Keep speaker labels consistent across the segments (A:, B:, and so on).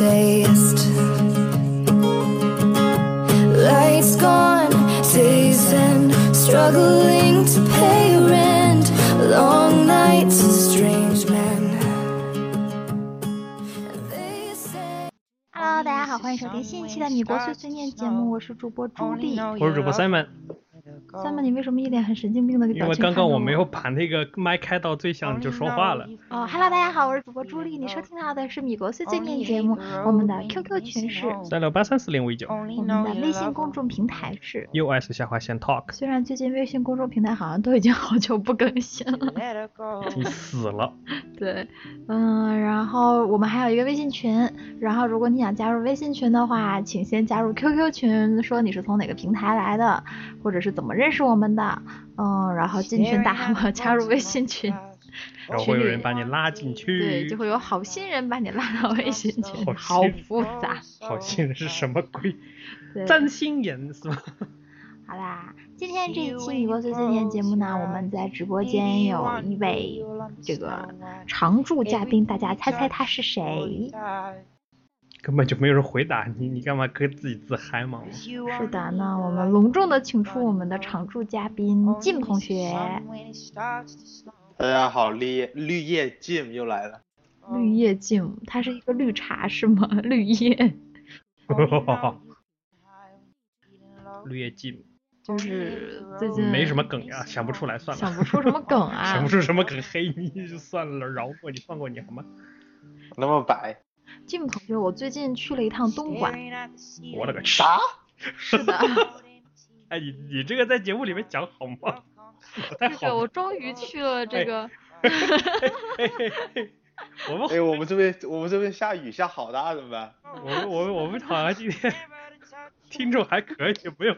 A: mist. Lights gone, season struggling to pay rent. Long nights, strange men. They say.
B: Hello，大家好，欢迎收听新一期的《米国碎碎念》节
C: 嗯
B: 目，我是主播朱莉。
C: 我是主播 Simon，
B: 三妹，你为什么一脸很神经病的
C: 因
B: 表
C: 为
B: 情看
C: 刚
B: 着
C: 刚
B: 我
C: 我没有把那个麦开到最响，你就说话了。
B: 哦，Hello，大家好，我是主播朱莉，你收听到的是《米国碎碎念》节目，我们的 QQ 群是，我
C: 三六八三四零五一九
B: 们的微信公众平台是。
C: ，US 下划线 Talk，
B: 虽然最近微信公众平台好像都已经好久不更新了，
C: 你死了，
B: 对，嗯，然后我们还有一个微信群，然后如果你想加入微信群的话，请先加入 QQ 群，说你是从哪个平台来的，或者是怎么认识我们的，嗯，然后进群打
C: 啊
B: 我加入微信群，
C: 然后会有人把你拉进
B: 对，
C: 去
B: 就。会有好心人把你拉 到微信群，
C: 好
B: 好
C: 心人
B: 复杂。
C: 好心人
B: 哦
C: 是什么鬼？
B: 对，
C: 占星人是吧？
B: 好啦，今天这一期米国碎碎念节目呢，我们在直播间有一位这个常驻嘉宾，大家猜猜他是谁？
C: 根本就没有人回答你，你干嘛跟自己自嗨嘛？
B: 是的，那我们隆重的请出我们的常驻嘉宾靳同学，
D: 大家哎好，绿叶绿叶 Jim 又来了。
B: 绿叶靳，他是一个绿茶是吗？ 绿叶
C: 绿叶记
B: 就是最近
C: 没什么梗呀，想不出来算
B: 想
C: 了，
B: 不出什么梗啊，
C: 想不 出什么梗，黑你就算了，饶过你，放过你好吗？
D: 那么白？
B: 靳同学，我最近去了一趟东莞，
C: 我勒个去！
D: 啥？
B: 是的，
C: 哎，你你这个在节目里面讲好吗？不太
B: 这
C: 好
B: 个
C: 吧
B: 我终于去了这
C: 哎
B: 个。
C: 嘿嘿嘿，我们
D: 哎，我们这边我们这边下雨下好大，怎么办？
C: 我们我们我们好像今天 听众还可以，没有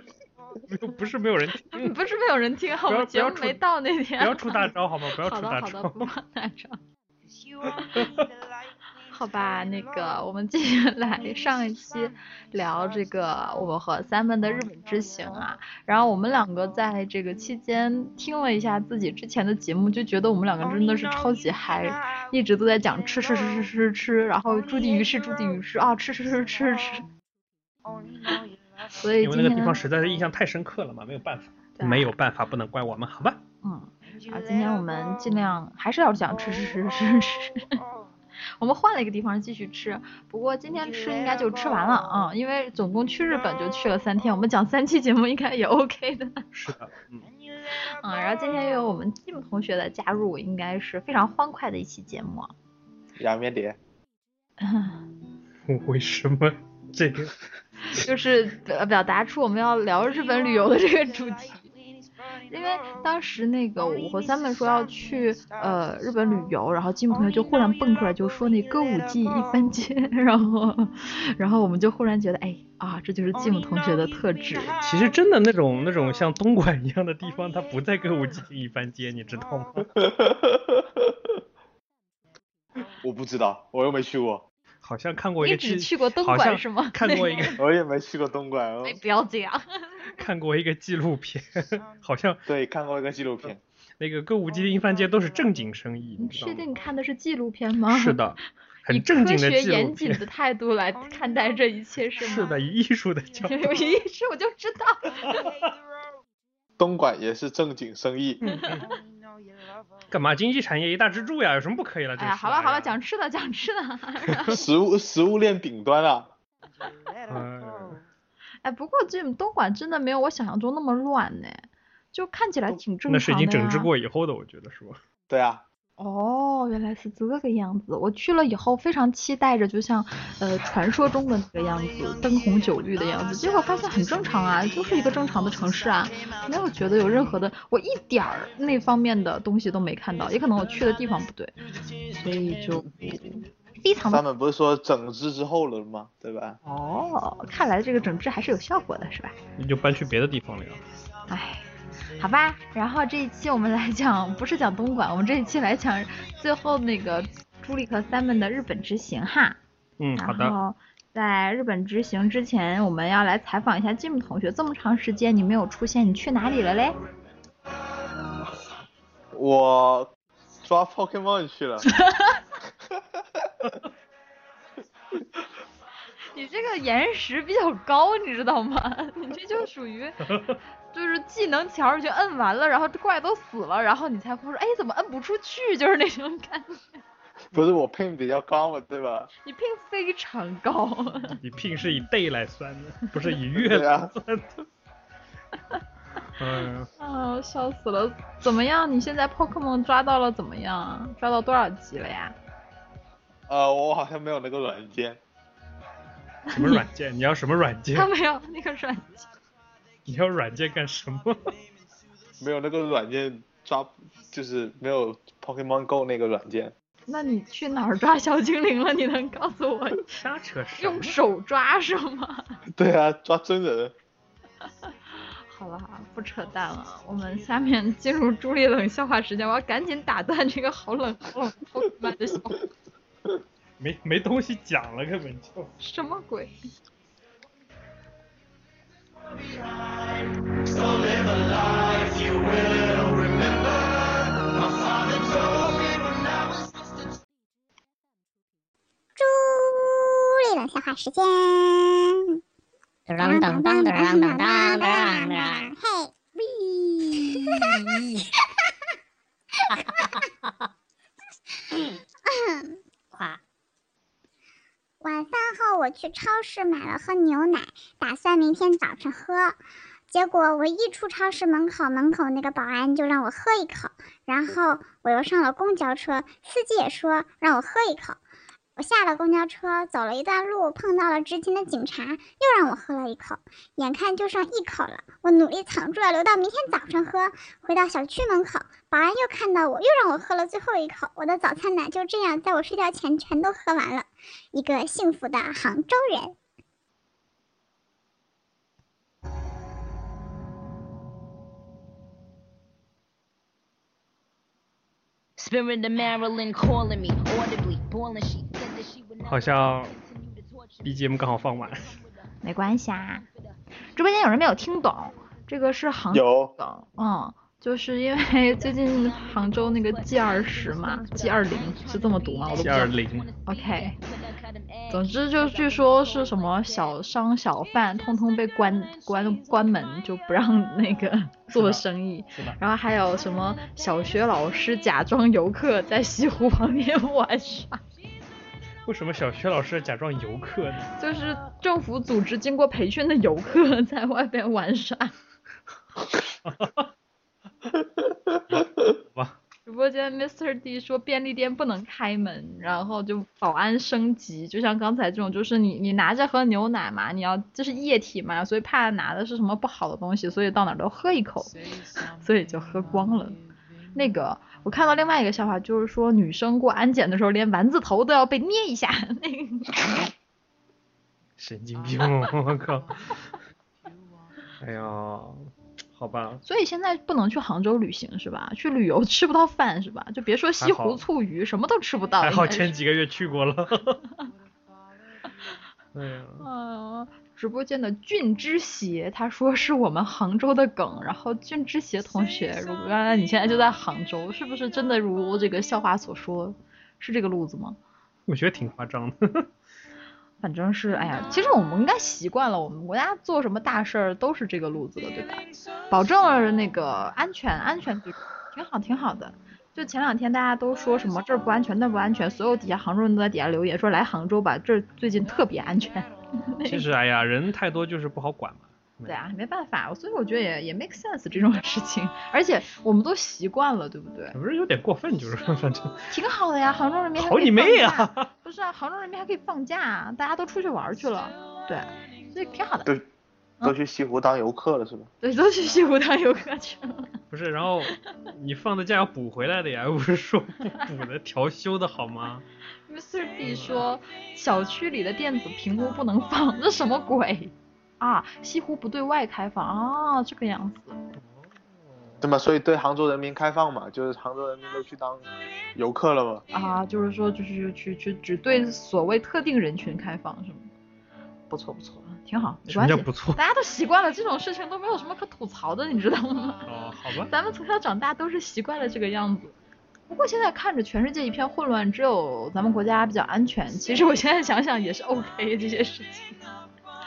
C: 没有不是没有人听，
B: 嗯不是没有人听，我
C: 不要
B: 们
C: 不
B: 节
C: 要
B: 目
C: 出
B: 没到那天。
C: 不要 出大招好吗？不要
B: 好
C: 出
B: 的
C: 大
B: 好的，
C: 招。
B: 不要大招。好吧，那个我们接下来上一期聊这个我和三门的日本之行啊，然后我们两个在这个期间听了一下自己之前的节目，就觉得我们两个真的是超级嗨，一直都在讲吃吃吃吃吃吃，然后朱棣于是朱棣于是啊吃吃吃吃吃，所以
C: 因为
B: 今
C: 那
B: 天
C: 个地方实在是印象太深刻了嘛，没有办法，
B: 对啊
C: 没有办法，不能怪我们，好吧？
B: 嗯，啊，今天我们尽量还是要讲吃吃吃吃吃， 我们换了一个地方继续吃，不过今天吃应该就吃完了啊、因为总共去日本就去了三天，我们讲三期节目应该也 OK 的，
C: 是的，嗯，
B: 嗯，然后今天又有我们 Jim 同学的加入，应该是非常欢快的一期节目。啊
D: 牙面蝶，
C: 为什么这个
B: 就是表表达出我们要聊日本旅游的这个主题。因为当时那个我和三本说要去呃日本旅游，然后金朋友就忽然蹦出来就说那歌舞伎一番街， 然后然后我们就忽然觉得哎啊这就是吉姆同学的特质，
C: 其实真的那种那
B: 嗯
C: 种像东莞一样的地方，它不在歌舞伎町一般街，你知道吗？
B: 嗯
D: 我不知道，我又没去过，
C: 好像看过一
B: 你
C: 个
B: 只
C: 纪，
B: 去过东
C: 好
B: 莞
C: 像
B: 是吗
C: 看过一个
D: 我也没去过东莞哦
B: 哎。不要这样，
C: 看过一个纪 录片，好像
D: 对，看过一个纪录片，
C: 那个歌舞伎町一番街都是正经生意，
B: 你
C: 知道
B: 确
C: 吗？
B: 定看的是纪录片吗？
C: 是， 的，
B: 以
C: 很正
B: 科
C: 经的
B: 学
C: 纪录
B: 严谨
C: 片。
B: 的态度来看待这一 切是吗？
C: 是的，，以艺术的角
B: 有
C: 度，
B: 意识我就知道。
D: 东莞也是正经生意。
C: 干嘛经济产业一大支柱呀？有什么不可以了？
B: 哎
C: 真
B: 呀，
C: 是
B: 好了好了，讲吃的讲吃的。
D: 食物食物链顶端啊，
C: 嗯
B: 哎，不过这东莞真的没有我想象中那么乱呢，就看起来挺正常的
C: 哦那是已经整治
B: 呀
C: 过以后的，我觉得是吧？
D: 对啊，
B: 哦，原来是这个样子。我去了以后非常期待着，就像呃传说中的那个样子，灯红酒绿的样子。结果发现很正常啊，就是一个正常的城市啊，没有觉得有任何的，我一点儿那方面的东西都没看到。也可能我去的地方不对，所以就非常
D: 他
B: 的
D: 们不是说整治之后了吗？对吧？
B: 哦。看来这个整治还是有效果的，是吧？
C: 你就搬去别的地方了呀？
B: 唉，好吧，然后这一期我们来讲，不是讲东莞，我们这一期来讲最后那个朱莉和 Simon 的日本之行哈。
C: 嗯，好
B: 然
C: 的。
B: 后在日本之行之前，我们要来采访一下 Jim 同学，这么长时间你没有出现，你去哪里了嘞？
D: 我抓 Pokemon 去了。
B: 你这个延时比较高，你知道吗？ 你这就属于就是技能条儿已经摁完了，然后这怪都死了，然后你才会说，哎，怎么摁不出去？就是那种感觉，
D: 不是我拼比较高嘛，对吧？
B: 你拼非常高。
C: 你拼是以 day 来算的，不是以月
D: 对
C: 来
D: 啊
C: 算的。嗯，
B: 啊、笑死了！怎么样？你现在 Pokemon 抓到了怎么样啊？抓到多少级了呀？
D: 呃，我好像没有那个软件，
C: 什么软件？你要什么软件
B: 他？没有那个软件，
C: 你要软件干什么？
D: 没有那个软件抓，就是没有 Pokemon Go 那个软件。
B: 那你去哪儿抓小精灵了？你能告诉 我
C: 瞎扯什么
B: 用？手抓是 吗？
D: 对啊，抓真人。
B: 好了好了，不扯淡了，我们下面进入朱丽冷笑话时间，我要赶紧打断这个好冷好冷好可怕的笑话，
C: 没没东西讲了，根本就。
B: 什么鬼？
E: 朱丽冷笑话时间。
F: 噔噔噔噔噔噔噔噔噔。
E: 嘿，喂，
F: 夸
E: 晚饭后我去超市买了盒牛奶，打算明天早晨喝。结果我一出超市门口，门口那个保安就让我喝一口，然后我又上了公交车，司机也说让我喝一口。我下了公交车，走了一段路，碰到了执勤的警察，又让我喝了一口。眼看就剩一口了，我努力藏住，要留到明天早上喝。回到小区门口，保安又看到我，又让我喝了最后一口。我的早餐奶就这样在我睡觉前全都喝完了。一个幸福的杭州人。
F: Spirit of Marilyn calling me audibly, balling. She said that she would
C: 好
F: never
C: 像
F: continue to torture me.
C: BGM 刚好放完，
B: 没关系啊，直播间有人没有听懂？这个是杭
D: 有
B: 懂，嗯，就是因为 最近杭州那个 G 二十嘛，G 二零是这么读吗？我都不知
C: 七
B: 道
C: 二。零
B: OK，总之就据说是什么小商小贩通通被关关关门，就不让那个做生意。
C: 是吧？
B: 然后还有什么小学老师假装游客在西湖旁边玩耍，
C: 为什么小学老师假装游客呢？
B: 就是政府组织经过培训的游客在外边玩耍。
C: 好吧，
B: 直播间 Mr. D 说便利店不能开门，然后就保安升级，就像刚才这种，就是你你拿着喝牛奶嘛，你要这是液体嘛，所以怕拿的是什么不好的东西，所以到哪儿都喝一口， 所以就喝光了。那个我看到另外一个笑话，就是说女生过安检的时候连丸子头都要被捏一下，那个
C: 神
B: 啊
C: 经病，我靠！ 哎呀，好吧，
B: 所以现在不能去杭州旅行是吧？去旅游吃不到饭是吧？就别说西
C: 还好
B: 湖醋鱼，什么都吃不到。
C: 还好
B: 应该是
C: 前几个月去过了。 哎呀，
B: 呃，直播间的俊之鞋，他说是我们杭州的梗。然后俊之鞋同学，如果原来你现在就在杭州，是不是真的如这个笑话所说，是这个路子吗？
C: 我觉得挺夸张 的。
B: 反正是，哎呀，其实我们应该习惯了，我们国家做什么大事儿都是这个路子的，对吧？保证那个安全，安全最挺好，挺好的。就前两天大家都说什么这儿不安全，那儿不安全，所有底下杭州人都在底下留言说来杭州吧，这儿最近特别安全。
C: 其实哎呀，人太多就是不好管嘛。
B: 对
C: 嗯
B: 啊，没办法，所以我觉得也也 make sense 这种事情，而且我们都习惯了，对不对？
C: 不是有点过分，就是说反正
B: 挺好的呀，杭州人民还
C: 好
B: 可以
C: 你
B: 放
C: 妹
B: 假
C: 啊！
B: 不是啊，杭州人民还可以放假啊，大家都出去玩儿去了， 对，所以挺好的。
D: 都都去西湖当游客了是吧？
B: 对，都去西湖当游客去了。
C: 不是，然后你放的假要补回来的呀，又不是说 不补的调休的好吗？
B: Mr. D 说，小区里的电子屏幕不能放，这什么鬼？啊，西湖不对外开放啊，这个样子。
D: 对嘛，所以对杭州人民开放嘛，就是杭州人民都去当游客了嘛。
B: 啊，就是说就是去去只对所谓特定人群开放是吗？不错不错，挺好，没
C: 什么
B: 关系
C: 叫。不 错？
B: 大家都习惯了这种事情，都没有什么可吐槽的，你知道吗？
C: 哦，好吧，
B: 咱们从小长大都是习惯了这个样子。不过现在看着全世界一片混乱，只有咱们国家比较安全。其实我现在想想也是 OK 这些事情。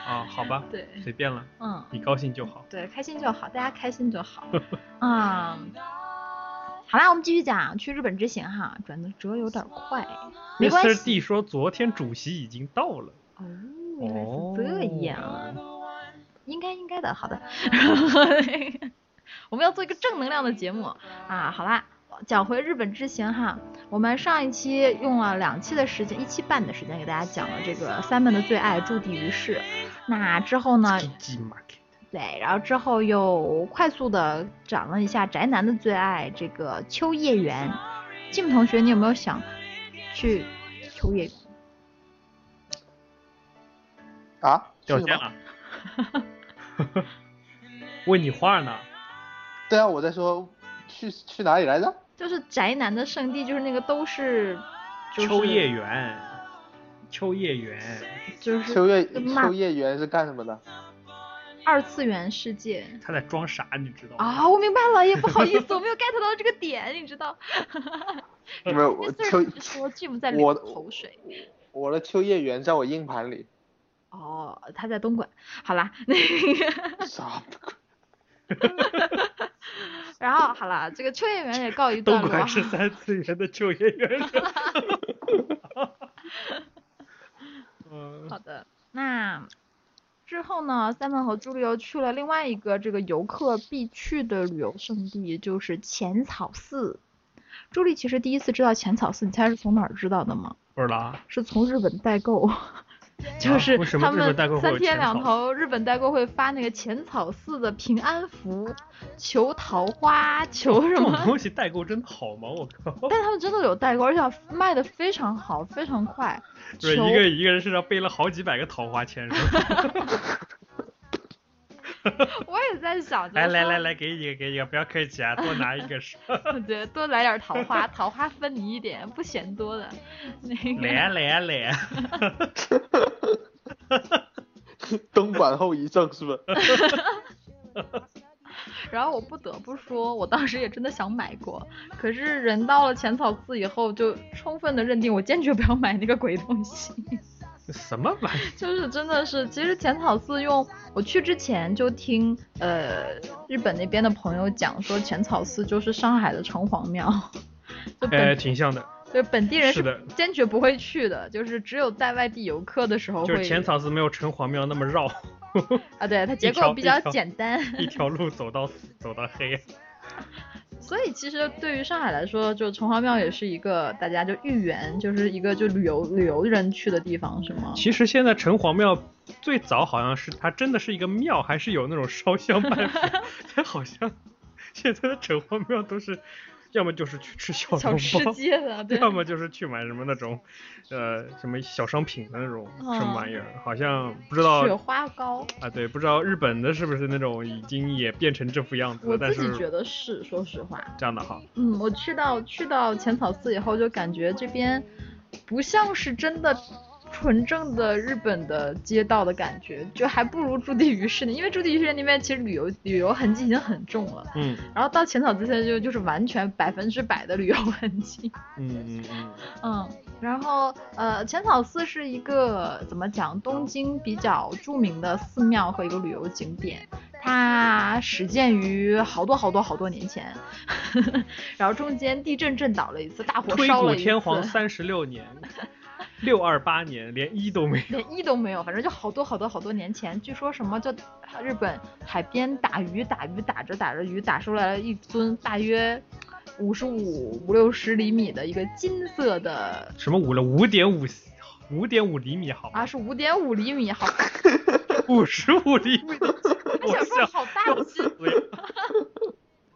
C: 啊，好吧，
B: 对，
C: 随便了，
B: 嗯，
C: 你高兴就好。
B: 对，开心就好，大家开心就好。嗯，好啦，我们继续讲去日本之行哈，转的折有点快，没关
C: Mr.
B: 系。
C: D 说昨天主席已经到了，哦
B: 哦，原来是这样，应该应该的，好的。我们要做一个正能量的节目啊，好啦，讲回日本之行哈，我们上一期用了两期的时间，一期半的时间给大家讲了这个三门的最爱驻地于世。那之后 呢，
C: G Market
B: 对，然后之后又快速的展了一下宅男的最爱这个秋叶原。静同学，你有没有想去秋叶原？
D: 啊，
C: 掉
D: 是
C: 线
D: 什么？
C: 了。问你话呢，
D: 对啊，我在说去去哪里来着？
B: 就是宅男的圣地，就是那个都是，就是
C: 秋叶原，秋叶原，
B: 就是
D: 秋叶
B: 跟骂
D: 秋叶原是干什么的？
B: 二次元世界。
C: 他在装傻，你知道吗？
B: 啊，我明白了，也不好意思，我没有 get 到这个点，你知道？
D: 没 有，我
B: 四
D: 秋
B: 十说 Jim 在流
D: 我
B: 口水。
D: 我的秋叶原在我硬盘里，
B: 哦，他在东莞。好啦， 那个，
D: 啥？
B: 然后好啦，这个秋叶原也告一
C: 东
B: 段落啊哈。
C: 莞是三次元的秋叶原。嗯
B: 好的，那之后呢，Simon 和朱莉又去了另外一个这个游客必去的旅游胜地，就是浅草寺。朱莉其实第一次知道浅草寺，你猜是从哪儿知道的吗？
C: 不知道啊，
B: 是从日本代购，就是
C: 为什么
B: 他
C: 日本
B: 们
C: 代购会
B: 三
C: 有
B: 天
C: 浅
B: 两
C: 草
B: 头日本代购会发那个浅草寺的平安符，求桃花，求
C: 这
B: 什
C: 种
B: 么？
C: 东西代购真的好吗？我 靠，
B: 但他们真的有代购，而且卖的非常好，非常快。
C: 不
B: 求
C: 是一个一个人身上背了好几百个桃花签是 吧？
B: 我也在想，
C: 来来来
B: 来。
C: 来，给一个给一个，不要客气啊，多拿一个 是吧。
B: 对，多来点桃花，桃花分你一点，不嫌多的。那
C: 来
B: 个，
C: 呀来呀来呀！
D: 东莞后遗症是不是？
B: 然后我不得不说，我当时也真的想买过，可是人到了浅草寺以后，就充分的认定我坚决不要买那个鬼东西。
C: 什么玩意？
B: 就是真的是，其实浅草寺用我去之前就听呃日本那边的朋友讲说，浅草寺就是上海的城隍庙，就本、
C: 哎，挺像的，
B: 就是本地人
C: 是的
B: 坚决不会去的，就是只有在外地游客的时候
C: 就是
B: 会
C: 浅草寺没有城隍庙那么绕，
B: 啊，对 它结
C: 一条
B: 构比较
C: 一条
B: 简单。
C: 一条路走到死走到黑。
B: 所以其实对于上海来说，就城隍庙也是一个大家就豫园，就是一个就旅游旅游人去的地方，是吗？
C: 其实现在城隍庙最早好像是它真的是一个庙，还是有那种烧香 拜佛， 但好像现在的城隍庙都是，要么就是去吃小
B: 小
C: 笼
B: 吃
C: 包，
B: 街的，对，
C: 要么就是去买什么那种，呃，什么小商品的那种什么玩意儿，好像不知
B: 哦雪
C: 道
B: 花糕，
C: 啊，对，不知道日本的是不是那种已经也变成这副样子
B: 我
C: 了，呃但
B: 自己
C: 是
B: 觉得是，说实话，
C: 这样的哈，
B: 嗯，我去到去到浅草寺以后，就感觉这边不像是真的纯正的日本的街道的感觉，就还不如驻地于市呢，因为驻地于市那边其实旅游旅游痕迹已经很重了，
C: 嗯
B: 然后到浅草寺现在就就是完全百分之百的旅游痕迹。
C: 嗯嗯嗯，
B: 嗯，然后呃，浅草寺是一个怎么讲，东京比较著名的寺庙和一个旅游景点。它始建于好多好多好多年前， 然后中间地震震倒了一次，大火
C: 推
B: 烧
C: 古
B: 了一
C: 天皇
B: 次，
C: 三十六年， 六二八年连一都没有。
B: 连一都没有，反正就好多好多好多年前，据说什么就日本海边打鱼打鱼打着打着鱼打出来了一尊大约五十五五六十厘米的一个金色的
C: 什么五了？五点五，五点五厘米好吗
B: 啊，？是五点五厘米，好
C: 五十五厘米，
B: 他
C: 我
B: 小时候
C: 笑
B: 好大的心，
C: 死呀！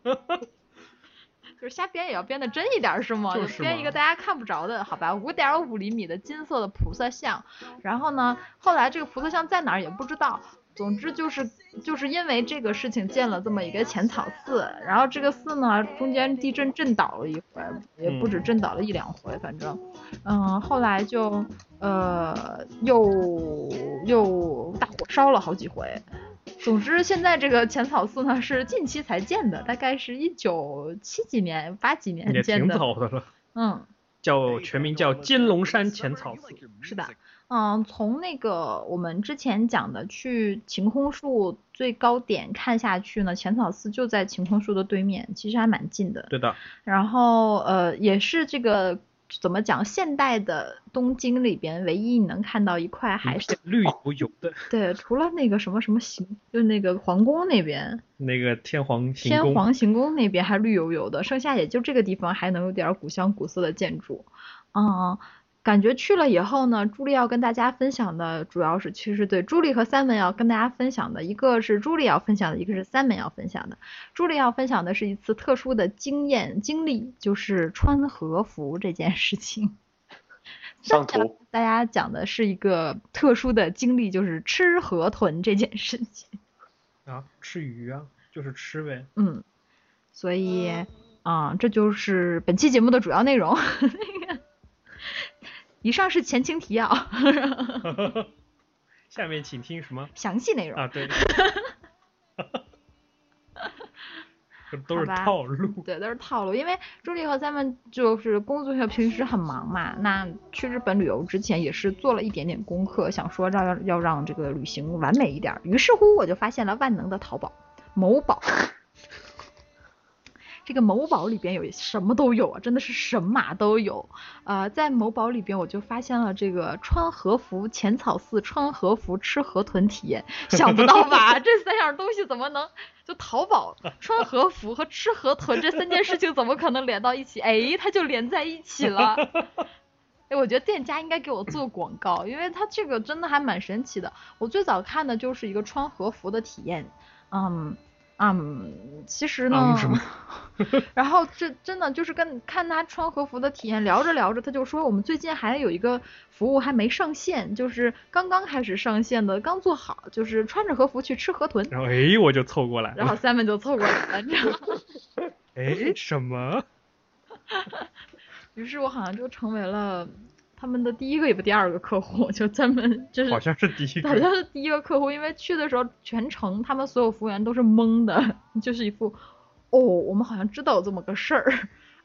B: 就是瞎编也要编的真一点儿是吗？
C: 就是
B: 编
C: 嘛
B: 一个大家看不着的，好吧？五点五厘米的金色的菩萨像，然后呢，后来这个菩萨像在哪儿也不知道。总之就是就是因为这个事情建了这么一个浅草寺，然后这个寺呢中间地震震倒了一回，也不
C: 嗯
B: 止震倒了一两回，反正，嗯，后来就呃又又大火烧了好几回，总之，现在这个浅草寺呢是近期才建的，大概是一九七几年、八几年
C: 也
B: 建
C: 挺
B: 的。
C: 早的了，
B: 嗯
C: 叫全名叫金龙山浅草寺。
B: 是的嗯，从那个我们之前讲的去晴空树最高点看下去呢，浅草寺就在晴空树的对面，其实还蛮近的。
C: 对的，
B: 然后呃，也是这个怎么讲，现代的东京里边唯一你能看到一块海是，
C: 绿油油的
B: 对，除了那个什么什么行，就那个皇宫那边，
C: 那个天皇行
B: 天
C: 宫，
B: 皇行宫那边还绿油油的，剩下也就这个地方还能有点古香古色的建筑，嗯。感觉去了以后呢，朱莉要跟大家分享的主要是，其实对朱莉和三文要跟大家分享的，一个是朱莉要分享的，一个是三文要分享的。朱莉要分享的是一次特殊的经验经历，就是穿和服这件事情。
D: 上头
B: 大家讲的是一个特殊的经历，就是吃河豚这件事情。
C: 啊，吃鱼啊，就是吃 呗。
B: 嗯，所以啊、这就是本期节目的主要内容。 那个，以上是前情提要，
C: 下面请听什么
B: 详细内容。
C: 啊？ 对， 这都
B: 好
C: 是
B: 吧
C: 套路。
B: 对，都是套路。因为朱莉和三文就是工作和平时很忙嘛，那去日本旅游之前也是做了一点点功课，想说让要让这个旅行完美一点儿。于是乎，我就发现了万能的淘宝某宝。这个某宝里边有什么都有啊，真的是神马都有。呃，在某宝里边我就发现了这个穿和服浅草寺穿和服吃河豚体验，想不到吧？这三样东西怎么能就淘宝穿和服和吃河豚这三件事情怎么可能连到一起？哎，它就连在一起了。哎，我觉得店家应该给我做广告，因为它这个真的还蛮神奇的。我最早看的就是一个穿和服的体验，嗯嗯，其实呢，
C: 嗯什么
B: 然后这真的就是跟看他穿和服的体验，聊着聊着他就说我们最近还有一个服务还没上线，就是刚刚开始上线的，刚做好，就是穿着和服去吃河豚。
C: 然后哎，我就凑过来
B: 然后
C: 了。
B: 三本就凑过来了，你知道吗？
C: 哎，什么？
B: 于是我好像就成为了他们的第一个也不第二个客户，就专门就是
C: 好像是第一
B: 好
C: 个
B: 像是第一个客户，因为去的时候全程他们所有服务员都是懵的， 就是一副哦，我们好像知道有这么个事儿，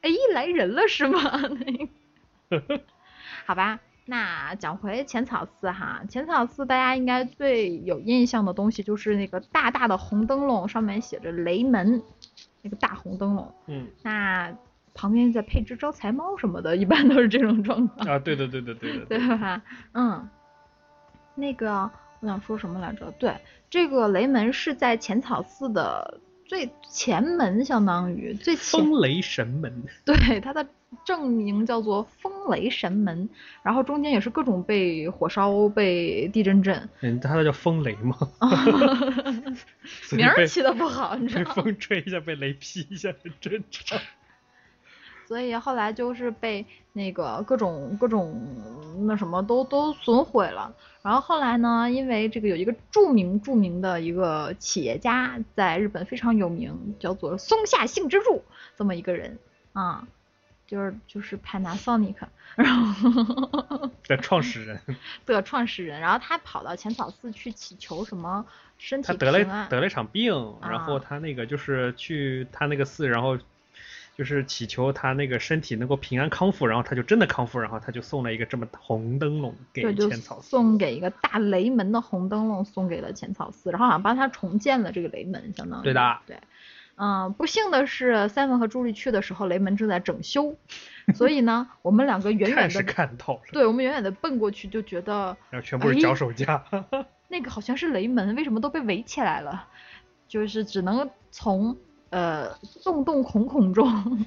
B: 哎，来人了是吗？ 那个， 好吧。那讲回浅草寺哈，浅草寺大家应该最有印象的东西就是那个大大的红灯笼，上面写着雷门，那个大红灯笼。
C: 嗯
B: 那旁边再配只招财猫什么的，一般都是这种状况。
C: 啊，对的，对的，对的，
B: 对吧？嗯，那个我想说什么来着？对，这个雷门是在浅草寺的最前门，相当于最前
C: 风雷神门，
B: 对，它的正名叫做风雷神门，然后中间也是各种被火烧、被地震震，
C: 嗯，它叫风雷嘛， 所以
B: 名儿
C: 啊被
B: 起的不好，你知
C: 被
B: 道吗？
C: 风吹一下，被雷劈一下，很 正常。
B: 所以后来就是被那个各种各种那什么都都损毁了。然后后来呢，因为这个有一个著名著名的一个企业家在日本非常有名，叫做松下幸之助这么一个人啊、就是就是 Panasonic，然后
C: 的创始人，
B: 的创始人，然后他跑到浅草寺去祈求什么身体
C: 他
B: 平
C: 得了
B: 安，
C: 得了一场病，然后
B: 啊
C: 他那个就是去他那个寺，然后就是祈求他那个身体能够平安康复，然后他就真的康复，然后他就送了一个这么红灯笼给
B: 对，就
C: 浅草寺。
B: 送给一个大雷门的红灯笼送给了浅草寺，然后好像帮他重建了这个雷门，相当于
C: 对的
B: 对，嗯，不幸的是，三文和朱莉去的时候，雷门正在整修，所以呢，我们两个远
C: 看
B: 远
C: 是
B: 的，
C: 看到了，
B: 对我们远远的奔过去，就觉得
C: 然后全部是
B: 哎
C: 脚手架，
B: 那个好像是雷门，为什么都被围起来了？就是只能从呃洞洞孔孔中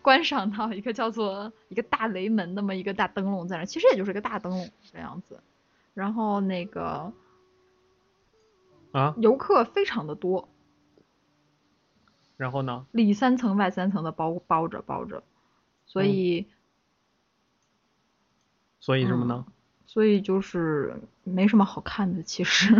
B: 观赏到一个叫做一个大雷门那么一个大灯笼在那儿，其实也就是个大灯笼这样子。然后那个
C: 啊，
B: 游客非常的多，
C: 然后呢？
B: 里三层外三层的包包着包着，所
C: 嗯
B: 以、
C: 所以什么
B: 嗯
C: 呢？
B: 所以就是没什么好看的，其实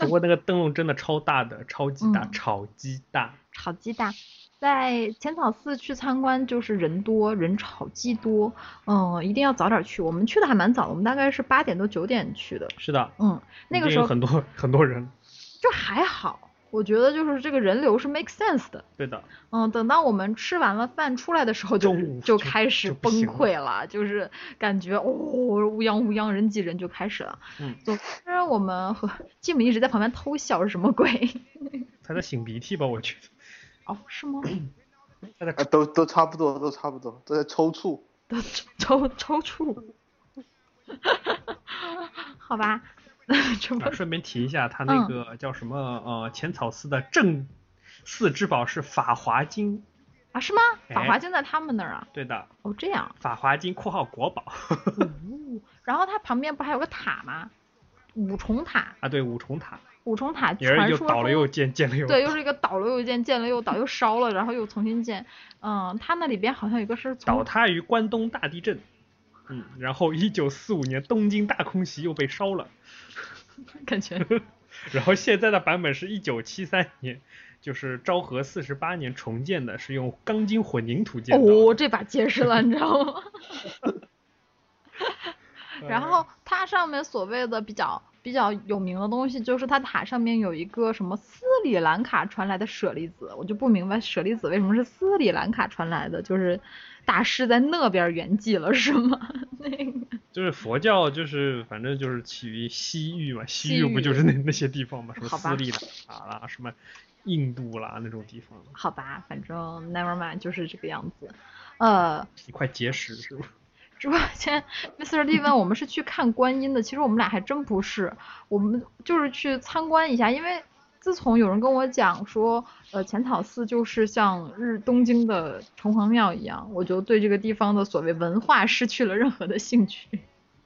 C: 不过那个灯笼真的超大的，超级大，
B: 嗯
C: 超级大。
B: 炒鸡蛋。在浅草寺去参观，就是人多人潮既多，嗯，一定要早点去。我们去的还蛮早的，我们大概是八点多九点去的，
C: 是的，
B: 嗯，那个
C: 一定
B: 时
C: 有
B: 候
C: 很多很多人，
B: 就还好，我觉得就是这个人流是 make sense 的。
C: 对的，
B: 嗯，等到我们吃完了饭出来的时候就，
C: 中
B: 就
C: 午就
B: 开始
C: 就不
B: 崩
C: 行了
B: 溃了，就是感觉哦，乌泱乌泱人挤人就开始了。
C: 嗯
B: 总之我们和继母一直在旁边偷笑是什么鬼？
C: 他在擤鼻涕吧？我觉得
B: 哦，是吗？
C: 他在
D: 啊，
B: 呃
D: 都都差不多，都差不多，都在抽搐。
B: 都抽抽搐。 好吧， 这么
C: 啊顺便提一下，他那
B: 嗯
C: 个叫什么呃浅草寺的正寺之宝是法华经，
B: 啊是吗？法华
C: 哎
B: 经在他们那儿啊？
C: 对的，
B: 哦，这样。
C: 法华经（括号国宝
B: 然后它旁边不还有个塔吗？五重塔，）
C: 啊，对五重塔，
B: 五重塔
C: 也是
B: 传
C: 又
B: 说
C: 倒了
B: 中
C: 又建，建了又
B: 对，又是一个倒了又建，建了又倒，又烧了，然后又重新建。嗯，它那里边好像有一个是
C: 倒
B: 从
C: 塌于关东大地震。嗯，然后一九四五年东京大空袭又被烧了，
B: 感觉
C: 然后现在的版本是一九七三年，就是昭和四十八年重建的，是用钢筋混凝土建造的。
B: 哦，这把结实了，你知道吗？然
C: 呃
B: 后它上面所谓的比较比较有名的东西，就是它塔上面有一个什么斯里兰卡传来的舍利子，我就不明白舍利子为什么是斯里兰卡传来的，就是大师在那边圆寂了是吗？ 那个
C: 就是佛教，就是反正就是起于西域嘛，西
B: 西
C: 域不就
B: 域
C: 是那那些地方嘛，什么
B: 好吧
C: 斯里兰卡啦，什么印度啦那种地方，
B: 好吧，反正 never mind，就是这个样子。呃，
C: 一块结石是吧？
B: 直播间 Mr. D 问我们是去看观音的，其实我们俩还真不是，我们就是去参观一下，因为自从有人跟我讲说，呃，浅草寺就是像日东京的城隍庙一样，我就对这个地方的所谓文化失去了任何的兴趣。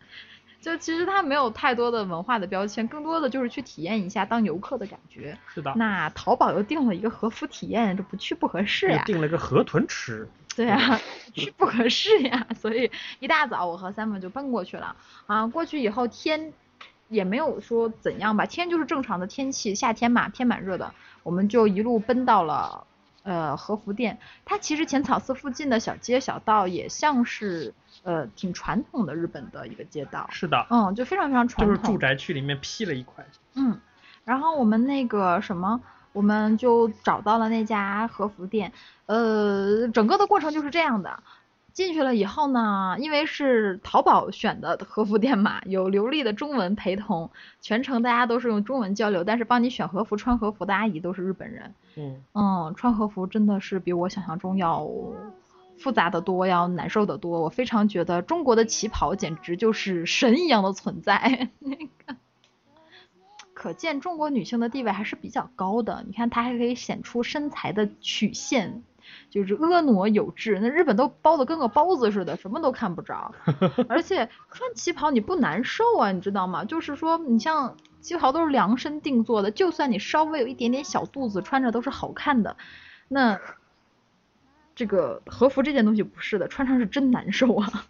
B: 就其实它没有太多的文化的标签，更多的就是去体验一下当游客的感觉。
C: 是的，
B: 那淘宝又订了一个和服体验，这不去不合适
C: 我
B: 呀。
C: 订了个河豚吃，
B: 对啊，
C: 嗯
B: 去不合适呀，所以一大早我和 Simon 就奔过去了啊。过去以后天也没有说怎样吧，天就是正常的天气，夏天嘛，天蛮热的，我们就一路奔到了呃和服店。它其实浅草寺附近的小街小道也像是呃挺传统的日本的一个街道，
C: 是的，
B: 嗯，就非常非常传
C: 就
B: 统。
C: 是住宅区里面劈了一块，
B: 嗯，然后我们那个什么，我们就找到了那家和服店。呃，整个的过程就是这样的。进去了以后呢，因为是淘宝选的和服店嘛，有流利的中文陪同，全程大家都是用中文交流，但是帮你选和服、穿和服的阿姨都是日本人。
C: 嗯，
B: 嗯，穿和服真的是比我想象中要复杂的多，要难受的多。我非常觉得中国的旗袍简直就是神一样的存在，那个可见中国女性的地位还是比较高的。你看，她还可以显出身材的曲线。就是婀娜有致，那日本都包的跟个包子似的，什么都看不着。而且穿旗袍你不难受啊，你知道吗？就是说，你像旗袍都是量身定做的，就算你稍微有一点点小肚子，穿着都是好看的。那这个和服这件东西不是的，穿上是真难受啊。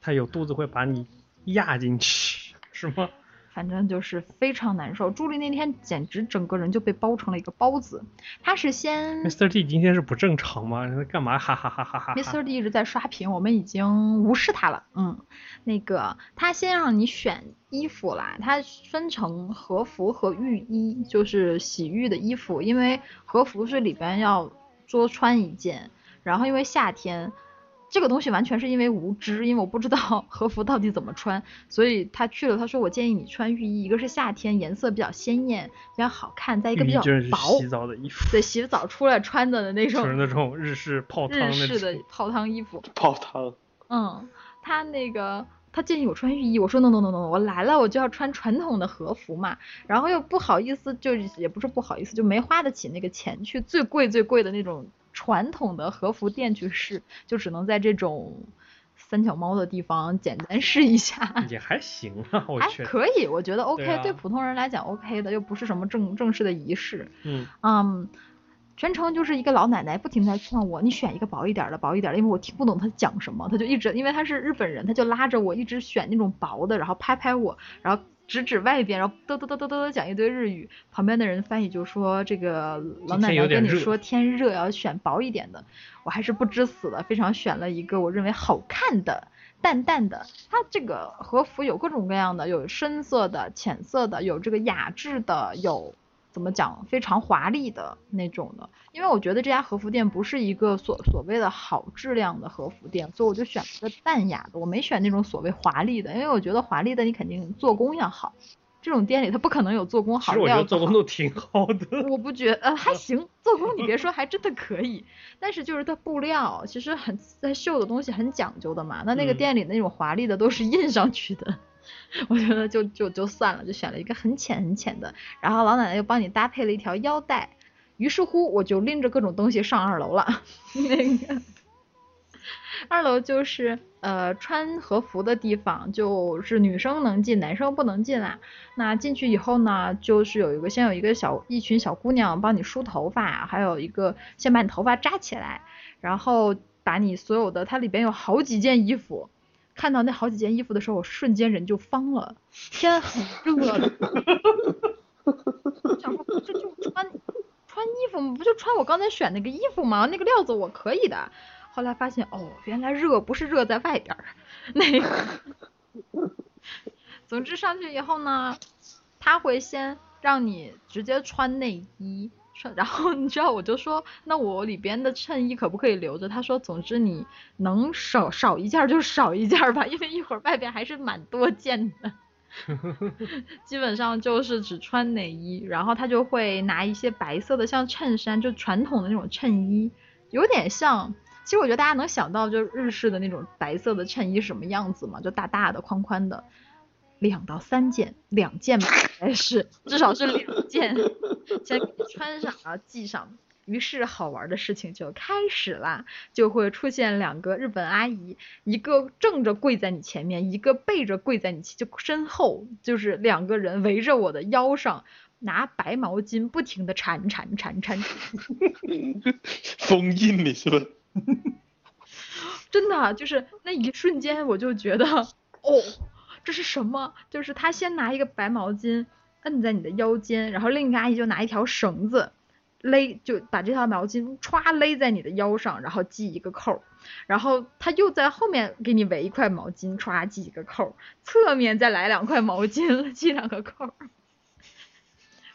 C: 它有肚子会把你压进去，是吗？
B: 反正就是非常难受。朱莉那天简直整个人就被包成了一个包子。她是先
C: Mr. D 今天是不正常吗？他干嘛？哈哈哈哈哈哈
B: Mr. D 一直在刷屏，我们已经无视他了。嗯，那个他先让你选衣服啦，他分成和服和浴衣，就是洗浴的衣服，因为和服是里边要多穿一件，然后因为夏天。这个东西完全是因为无知，因为我不知道 和服到底怎么穿，所以他去了。他说：“我建议你穿浴衣，一个是夏天颜色比较鲜艳，比较好看；再一个
C: 浴
B: 比
C: 衣
B: 较
C: 就是
B: 薄，
C: 洗澡的衣服，
B: 对，洗澡出来穿的那种
C: 就是那种日式泡汤
B: 日式
C: 那
B: 的
C: 种，
B: 泡汤衣服。
D: 泡汤，
B: 嗯，他那个他建议我穿浴衣，我说 no no no no，我来了我就要穿传统的和服嘛，然后又不好意思，就也不是不好意思，就没花得起那个钱去最贵最贵的那种传统的和服店去试，就只能在这种三脚猫的地方简单试一下。
C: 也还行啊，我
B: 还
C: 觉得，
B: 可以，我觉得 OK，
C: 对啊
B: 普通人来讲 OK 的，又不是什么正正式的仪式。
C: 嗯，
B: 嗯，全程就是一个老奶奶不停地在劝我，你选一个薄一点儿的，薄一点儿的，因为我听不懂她讲什么，她就一直，因为她是日本人，她就拉着我一直选那种薄的，然后拍拍我，然后指指外边，然后嘚嘚嘚嘚嘚嘚讲一堆日语，旁边的人翻译就说这个老
C: 今
B: 奶
C: 天有
B: 奶跟
C: 点
B: 你
C: 热
B: 说天热要选薄一点的，我还是不知死的，非常选了一个我认为好看的。淡淡的，它这个和服有各种各样的，有深色的、浅色的，有这个雅致的，有怎么讲非常华丽的那种的。因为我觉得这家和服店不是一个所所谓的好质量的和服店，所以我就选了个淡雅的，我没选那种所谓华丽的，因为我觉得华丽的你肯定做工要好，这种店里它不可能有做工
C: 其
B: 好
C: 实我觉
B: 料
C: 得
B: 子
C: 做工
B: 好
C: 都挺好的。
B: 我不觉呃还行，做工你别说还真的可以，但是就是它布料其实很它绣的东西很讲究的嘛，那那个
C: 嗯
B: 店里那种华丽的都是印上去的， 我觉得就就就算了，就选了一个很浅很浅的，然后老奶奶又帮你搭配了一条腰带，于是乎我就拎着各种东西上二楼了， 那个。二楼就是呃穿和服的地方，就是女生能进，男生不能进啊啦。那进去以后呢，就是有一个先有一个小一群小姑娘帮你梳头发，还有一个先把你头发扎起来，然后把你所有的它里边有好几件衣服。看到那好几件衣服的时候，我瞬间人就方了，天很热了，我 想说这就穿穿衣服吗不就穿我刚才选那个衣服吗？那个料子我可以的。后来发现哦，原来热不是热在外边儿，那个。总之上去以后呢，他会先让你直接穿内衣，穿，然后你知道我就说，那我里边的衬衣可不可以留着？他说，总之你能少少一件儿就少一件儿吧，因为一会儿外边还是蛮多件的。 基本上就是只穿内衣，然后他就会拿一些白色的像衬衫，就传统的那种衬衣，有点像。其实我觉得大家能想到就是日式的那种白色的衬衣是什么样子嘛，就大大的、宽宽的，两到三件，两件吧，应该是至少是两件，先给你穿上，然后系上。于是好玩的事情就开始啦，就会出现两个日本阿姨，一个正着跪在你前面，一个背着跪在你前就身后，就是两个人围着我的腰上，拿白毛巾不停的缠缠缠缠缠，
D: 封印你是不是？
B: 真的就是那一瞬间，我就觉得，哦，这是什么？就是他先拿一个白毛巾摁在你的腰间，然后另一个阿姨就拿一条绳子勒，就把这条毛巾歘勒在你的腰上，然后系一个扣儿，然后他又在后面给你围一块毛巾，歘系一个扣儿，侧面再来两块毛巾，系两个扣儿。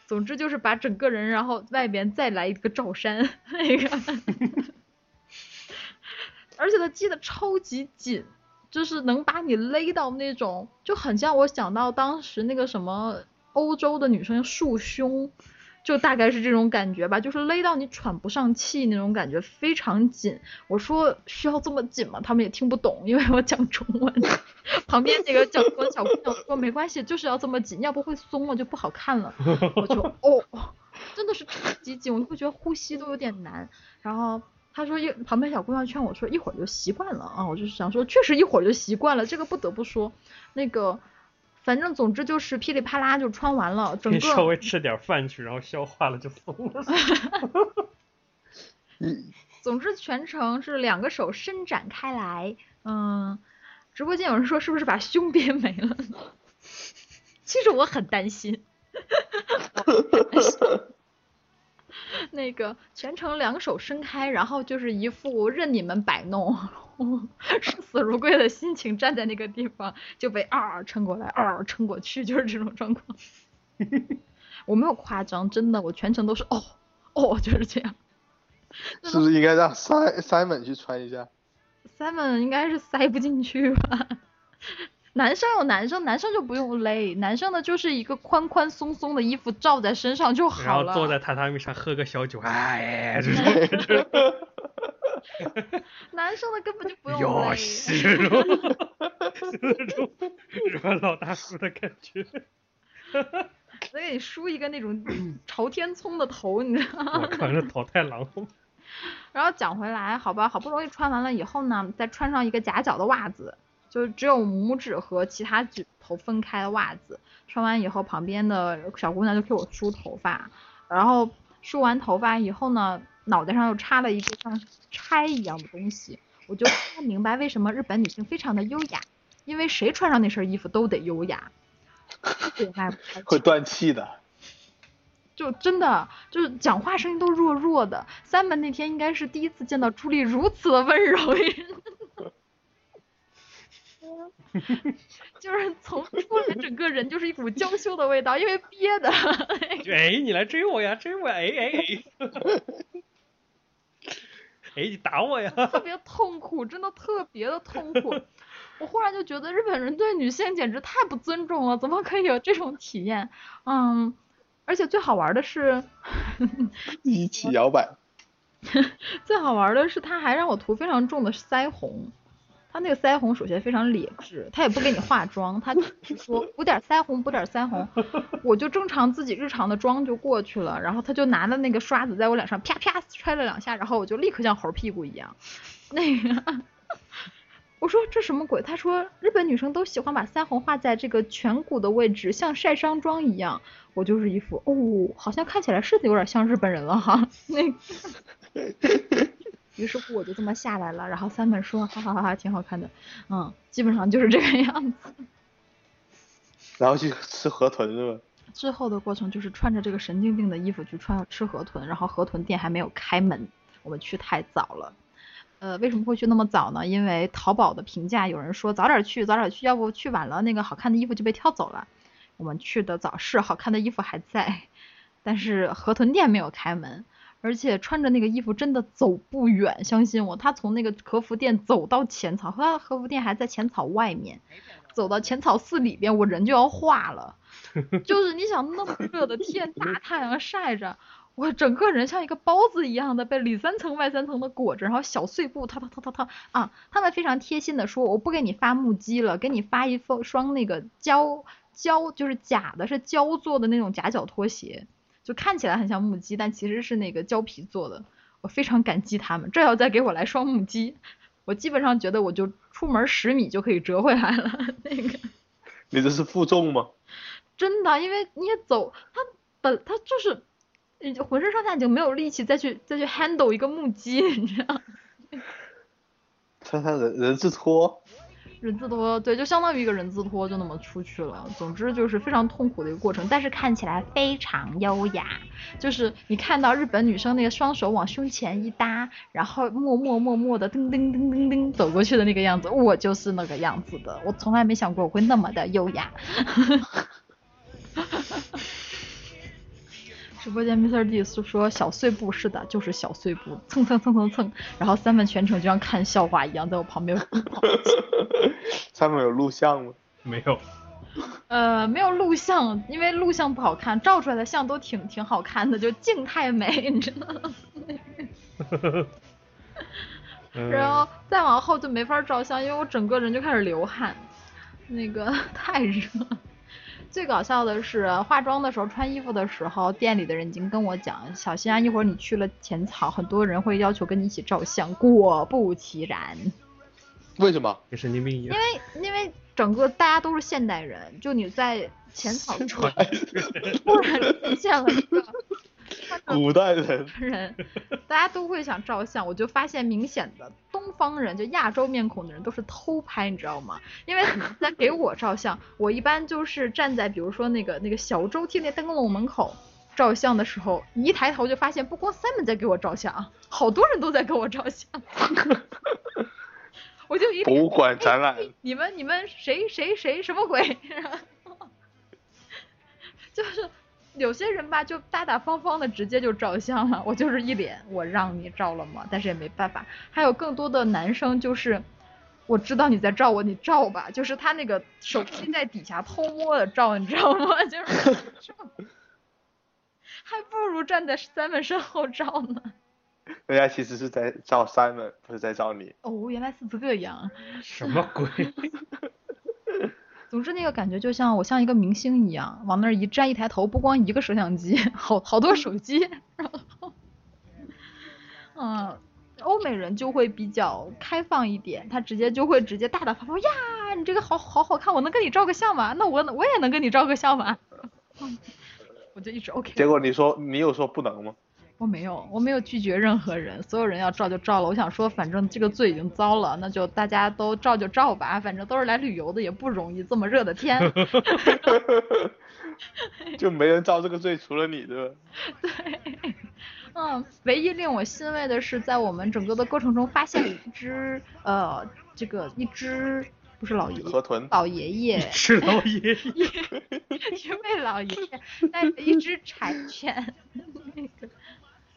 B: 总之就是把整个人，然后外边再来一个罩衫，那个。而且它系的超级紧，就是能把你勒到那种，就很像我想到当时那个什么欧洲的女生束胸，就大概是这种感觉吧，就是勒到你喘不上气那种感觉，非常紧。我说需要这么紧吗？他们也听不懂，因为我讲中文。 旁边那个讲中文小姑娘说没关系，就是要这么紧，要不会松了就不好看了。我就哦，真的是超级紧，我就会觉得呼吸都有点难。然后他说一旁边小姑娘劝我说一会儿就习惯了啊，我就是想说确实一会儿就习惯了，这个不得不说，那个反正总之就是噼里啪啦就穿完了，整
C: 你稍
B: 个
C: 微吃点饭去，然后消化了就疯 了。
B: 总之全程是两个手伸展开来，嗯，直播间有人说是不是把胸憋没了？ 其实我很担心。那个全程两手伸开，然后就是一副任你们摆弄，视死如归的心情站在那个地方，就被嗷嗷撑过来，嗷嗷撑过去，就是这种状况。我没有夸张，真的，我全程都是哦哦，就是这样。
D: 是不是应该让 Simon Simon 去穿一下？
B: Seven 应该是塞不进去吧。 男生有男生，男生就不用勒，男生的就是一个宽宽松松的衣服罩在身上就
C: 然
B: 好
C: 后
B: 了。
C: 坐在榻榻米上喝个小酒， 哎，这是
B: 男生的根本就不用勒
C: 有。戏，是 那种日本老大叔的感 觉。
B: 再给你梳一个那种朝天葱的头，你知道吗？
C: 我靠，这桃太郎，
B: 然后讲回来，好吧，好不容易穿完了以后呢，再穿上一个夹脚的袜子，就是只有拇指和其他指头分开的袜子。穿完以后，旁边的小姑娘就给我梳头发，然后梳完头发以后呢，脑袋上又插了一个像钗一样的东西。我就突然明白为什么日本女性非常的优雅，因为谁穿上那身衣服都得优雅。 国外不太
D: 会断气的。
B: 就真的就是讲话声音都弱弱的。三门那天应该是第一次见到朱莉如此的温柔，就是从出来整个人就是一股娇羞的味道，因为憋的。
C: 就哎，你来追我呀，追我，哎哎哎， 哎，你打我呀！
B: 特别痛苦，真的特别的痛苦。我忽然就觉得日本人对女性简直太不尊重了，怎么可以有这种体验？嗯，而且最好玩的是，
D: 一起摇摆，
B: 最好玩的是他还让我涂非常重的腮红，他那个腮红首先非常劣质，他也不给你化妆，他只说补点腮红，补点腮红，我就正常自己日常的妆就过去了，然后他就拿着那个刷子在我脸上啪啪摔了两下，然后我就立刻像猴屁股一样，那个。我说这什么鬼？他说日本女生都喜欢把腮红画在这个颧骨的位置，像晒伤妆一样。我就是一副哦，好像看起来是有点像日本人了哈。那个，于是乎我就这么下来了。然后三本说，哈哈哈哈，挺好看的，嗯，基本上就是这个样子。
D: 然后去吃河豚是吧？
B: 最后的过程就是穿着这个神经病的衣服去穿吃河豚，然后河豚店还没有开门，我们去太早了。呃，为什么会去那么早呢？因为淘宝的评价有人说早点去，早点去，要不去晚了那个好看的衣服就被挑走了。我们去的早是好看的衣服还在，但是河豚店没有开门，而且穿着那个衣服真的走不远，相信我，他从那个和服店走到浅草，他的和服店还在浅草外面，走到浅草寺里边，我人就要化了，就是你想那么热的天，大太阳晒着。我整个人像一个包子一样的被里三层外三层的裹着，然后小碎步，它它它它它啊！他们非常贴心的说，我不给你发木屐了，给你发一副双那个胶胶，就是假的，是胶做的那种夹脚拖鞋，就看起来很像木屐，但其实是那个胶皮做的。我非常感激他们，这要再给我来双木屐，我基本上觉得我就出门十米就可以折回来了。 那个
D: 你这是负重吗？
B: 真的，因为你也走，他本他就是。已经浑身上下已经没有力气再去再去 handle 一个木屐，你知道？
D: 穿上人人字拖，
B: 人字拖，对，就相当于一个人字拖，就那么出去了。总之就是非常痛苦的一个过程，但是看起来非常优雅。就是你看到日本女生那个双手往胸前一搭，然后默默默默的噔噔噔噔噔走过去的那个样子，我就是那个样子的。我从来没想过我会那么的优雅。 直播间 Mr D 是说小碎步，是的，就是小碎步，蹭蹭蹭蹭蹭，然后三本全程就像看笑话一样在我旁边。
D: 上面有录像吗？
C: 没有，
B: 呃，没有录像，因为录像不好看，照出来的像都挺挺好看的，就 静态美，你知道吗？
C: 嗯
B: 然后再往后就没法照相，因为我整个人就开始流汗，那个 太热。最搞笑的是，化妆的时候、穿衣服的时候，店里的人已经跟我讲：“小心啊，一会儿你去了浅草，很多人会要求跟你一起照相。”果不其然，
D: 为什么？
C: 跟神经病一
B: 因
C: 样。
B: 为因为整个大家都是现代人，就你在浅草突然突然出现了一个穿着
D: 古代人，
B: 人，大家都会想照相，我就发现明显的东方人，就亚洲面孔的人都是偷拍，你知道吗？因为你在给我照相，我一般就是站在比如说那个那个小周天那灯笼门口照相的时候，你一抬头就发现不光 Simon 在给我照相，啊好多人都在给我照相， 我就一
D: 博
B: 脸
D: 物馆展览，
B: 你们你们谁谁谁什么鬼？ 就是有些人吧，就大大方方的直接就照相了，我就是一脸我让你照了吗？但是也没办法。还有更多的男生就是，我知道你在照我，你照吧，就是他那个手机在底下偷摸的照，你知道吗？ 就是还不如站在 Simon 身后照呢。
D: 人家其实是在照 Simon，不是在照你。
B: 哦，原来是这样。
C: 什么鬼？
B: 总之那个感觉就像我像一个明星一样，往那儿一站一抬头，不光一个摄像机，好好多手机。 然后，嗯，欧美人就会比较开放一点，他直接就会直接大大方方呀，你这个好好好看，我能跟你照个相吗？那我我也 嗯能跟你照个相吗？我就一直 OK。
D: 结果你说你有说不能吗？
B: 我没有，我没有拒绝任何人，所有人要照就照了。我想说，反正这个罪已经遭了，那就大家都照就照吧，反正都是来旅游的，也不容易，这么热的天。
D: 就没人遭这个罪，除了你，对吧？
B: 对，嗯，唯一令我欣慰的是，在我们整个的过程中，发现一只呃，这个一只不是老爷
D: 河豚
B: 老爷爷，
C: 是老爷爷。
B: 一位老爷爷带着一只柴犬， 那个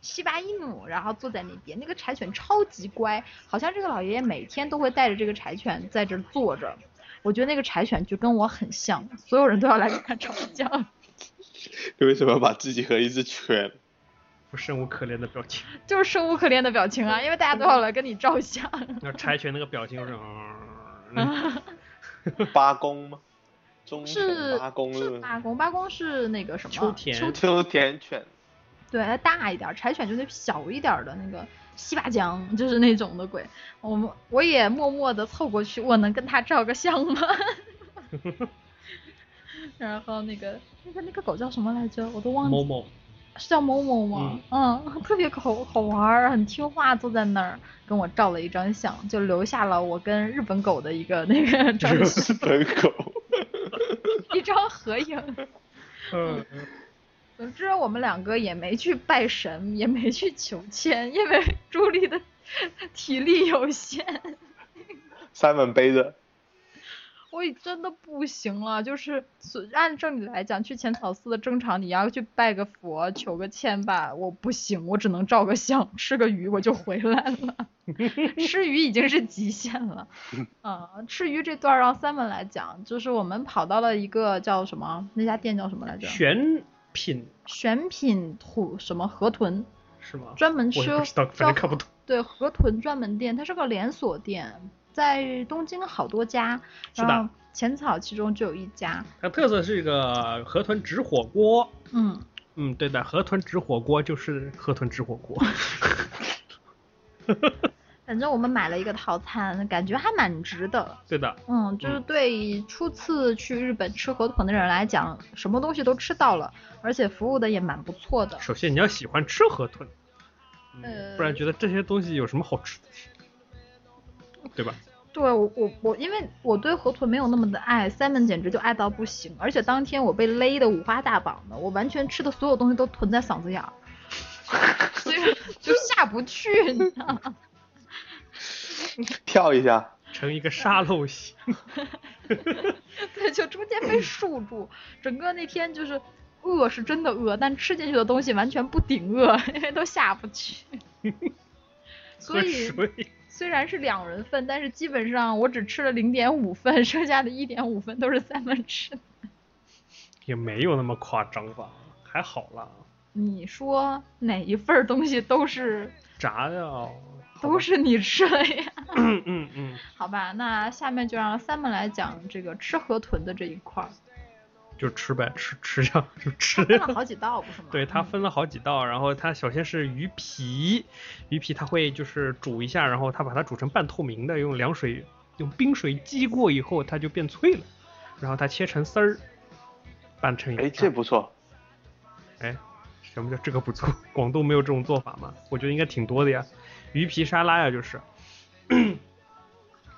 B: 西巴伊姆，然后坐在那边。那个柴犬超级乖，好像这个老爷爷每天都会带着这个柴犬在这儿坐着。我觉得那个柴犬就跟我很像，所有人都要来跟他吵架。
D: 你为什么要把自己和一只犬？
C: 我生无可恋的表情，
B: 就是生无可恋的表情啊，因为大家都要来跟你照相。
C: 那柴犬那个表情 就是，嗯
D: 八公吗？忠
B: 是
D: 犬八公
B: 是
D: 吗
B: 八公，八公是那个什么？
C: 秋田
D: 秋田 犬，
B: 对，它大一点儿，柴犬就是小一点儿的那个西巴江，就是那种的鬼。我们我也默默的凑过去，我能跟它照个相 吗？ 然后那个那个那个狗叫什么来着？我都忘记
C: 某
B: 了，
C: 某
B: 是叫某某吗？嗯 特别好好玩儿，很听话，坐在那儿跟我照了一张相，就留下了我跟日本狗的一个那个 照 片
D: 日本狗。
B: 一张合影。
C: 嗯，
B: 总之，我们两个也没去拜神，也没去求签，因为 朱莉的体力有限，
D: 三本背着，
B: 我已真的不行了。就是所按正理来讲，去浅草寺的正常，你要去拜个佛、求个签吧，我不行，我只能照个相，吃个鱼我就回来了。
C: 呃
B: 吃鱼已经是极限了。啊、吃鱼这段儿让 Simon 来讲，就是我们跑到了一个叫什么，那家店叫什么来着？
C: 选品
B: 选品土什么河豚。
C: 是吗？
B: 专门
C: 我
B: 吃
C: 也不知道，反
B: 叫
C: 正看不懂。
B: 对河豚专门店，它是个连锁店，在东京好多家，
C: 是的
B: 然后浅草其中就有一家，
C: 它特色是一个河豚直火锅，
B: 嗯，
C: 嗯，对的，河豚直火锅就是河豚直火 锅。
B: 反正我们买了一个套餐，感觉还蛮值的，
C: 对的，
B: 嗯，就是
C: 嗯
B: 对初次去日本吃河豚的人来讲，什么东西都吃到了，而且服务的也蛮不错的，
C: 首先你要喜欢吃河豚，嗯，不然
B: 呃
C: 觉得这些东西有什么好吃的，对吧？
B: 对我我我，因为我对河豚没有那么的爱，Simon 简直就爱到不行，而且当天我被勒得五花大绑的，我完全吃的所有东西都囤在嗓子眼儿， 所以就下不去，你知道吗？
D: 跳一下，
C: 成一个沙漏型，
B: 对，就中间被束住，整个那天就是饿是真的饿，但吃进去的东西完全不顶饿， 因为都下不去。所
C: 喝
B: 以
C: 水。
B: 虽然是两人份，但是基本上我只吃了零点五份， 剩下的一点五份都是 Simon 吃的。
C: 也没有那么夸张吧，还好啦。
B: 你说哪一份儿东西都是
C: 炸的哦，好吧
B: 都是你吃的呀？
C: 嗯 嗯嗯，
B: 好吧，那下面就让 Simon 来讲这个吃河豚的这一块儿，
C: 就吃呗，吃吃呀，就吃
B: 分
C: 呀。
B: 了好几道不是吗？
C: 对，它
B: 嗯
C: 分了好几道，然后它首先是鱼皮，鱼皮它会就是煮一下，然后它把它煮成半透明的，用凉水用冰水激过以后，它就变脆了，然后它切成丝儿，拌成一
D: 哎，
C: 块
D: 这不错，
C: 哎，什么叫这个不错？ 广东没有这种做法吗？我觉得应该挺多的呀，鱼皮沙拉呀，就是，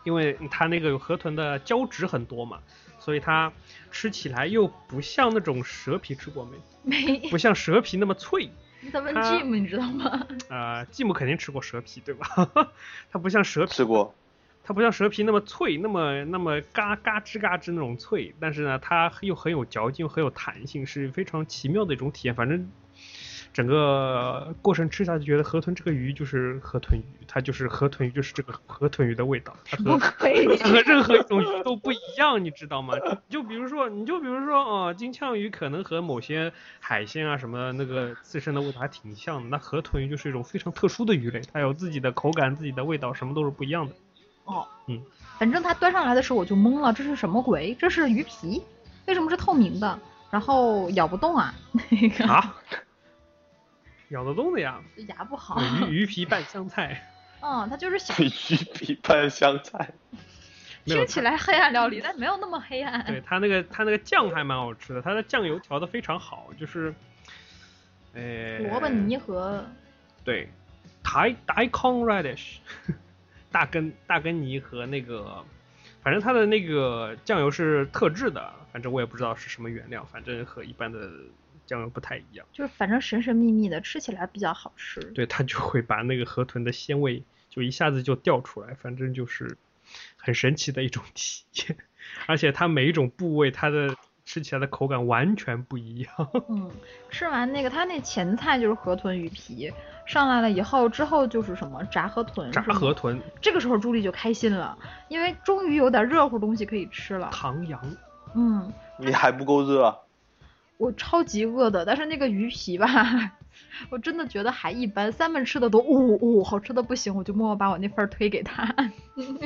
C: 因为它那个河豚的胶质很多嘛，所以它吃起来又不像那种蛇皮，吃过没？
B: 没
C: 不像蛇皮那么脆。
B: 你在问
C: 它
B: Jim 你知道 吗？
C: 啊，继母肯定吃过蛇皮，对吧？ 它不像蛇皮，
D: 吃过，
C: 它不像蛇皮那么脆，那么那么嘎嘎吱嘎吱那种脆，但是呢，它又很有嚼劲，又很有弹性，是非常奇妙的一种体验。反正整个过程吃下去，觉得河豚这个鱼就是河豚鱼，它就是河豚鱼，就是这个河豚鱼的味道，它和它和 任何一种鱼都不一样，你知道吗？就比如说，你就比如说，哦、金枪鱼可能和某些海鲜啊什么那个自身的味道还挺像的，那河豚鱼就是一种非常特殊的鱼类，它有自己的口感、自己的味道，什么都是不一样的。
B: 哦，
C: 嗯，
B: 反正它端上来的时候我就懵了，这是什么鬼？这是鱼皮，为什么是透明的？然后咬不动啊， 那个、
C: 啊，咬得动的呀，
B: 牙不好，
C: 有鱼鱼皮拌香菜，
B: 嗯，它就是小，
D: 鱼皮拌香菜，
C: 没有 哎
B: 听起来黑暗料理，但没有那么黑暗。
C: 对它那个它那个酱还蛮好吃的，它的酱油调的非常好，就是呃，
B: 萝卜泥和
C: 对，台台 con radish，大根大根泥和那个，反正它的那个酱油是特制的，反正我也不知道是什么原料，反正和一般的酱油不太一样。
B: 就是反正神神秘秘的，吃起来比较好吃。
C: 对，它就会把那个河豚的鲜味就一下子就调出来，反正就是很神奇的一种 体验，而且它每一种部位它的吃起来的口感完全不一样。
B: 嗯，吃完那个，它那前菜就是河豚鱼皮，上来了以后，之后就是什么炸河豚。
C: 炸
B: 是吗
C: 河。豚、
B: 这个时候朱莉就开心了，因为终于有点热乎东西可以吃了。
C: 唐羊，
B: 嗯，
D: 你还不够热 啊，
B: 我超级饿的，但是那个鱼皮吧， 我真的觉得还一般。三妹吃的都呜呜、好吃的不行，我就默默把我那份儿推给她。
C: 因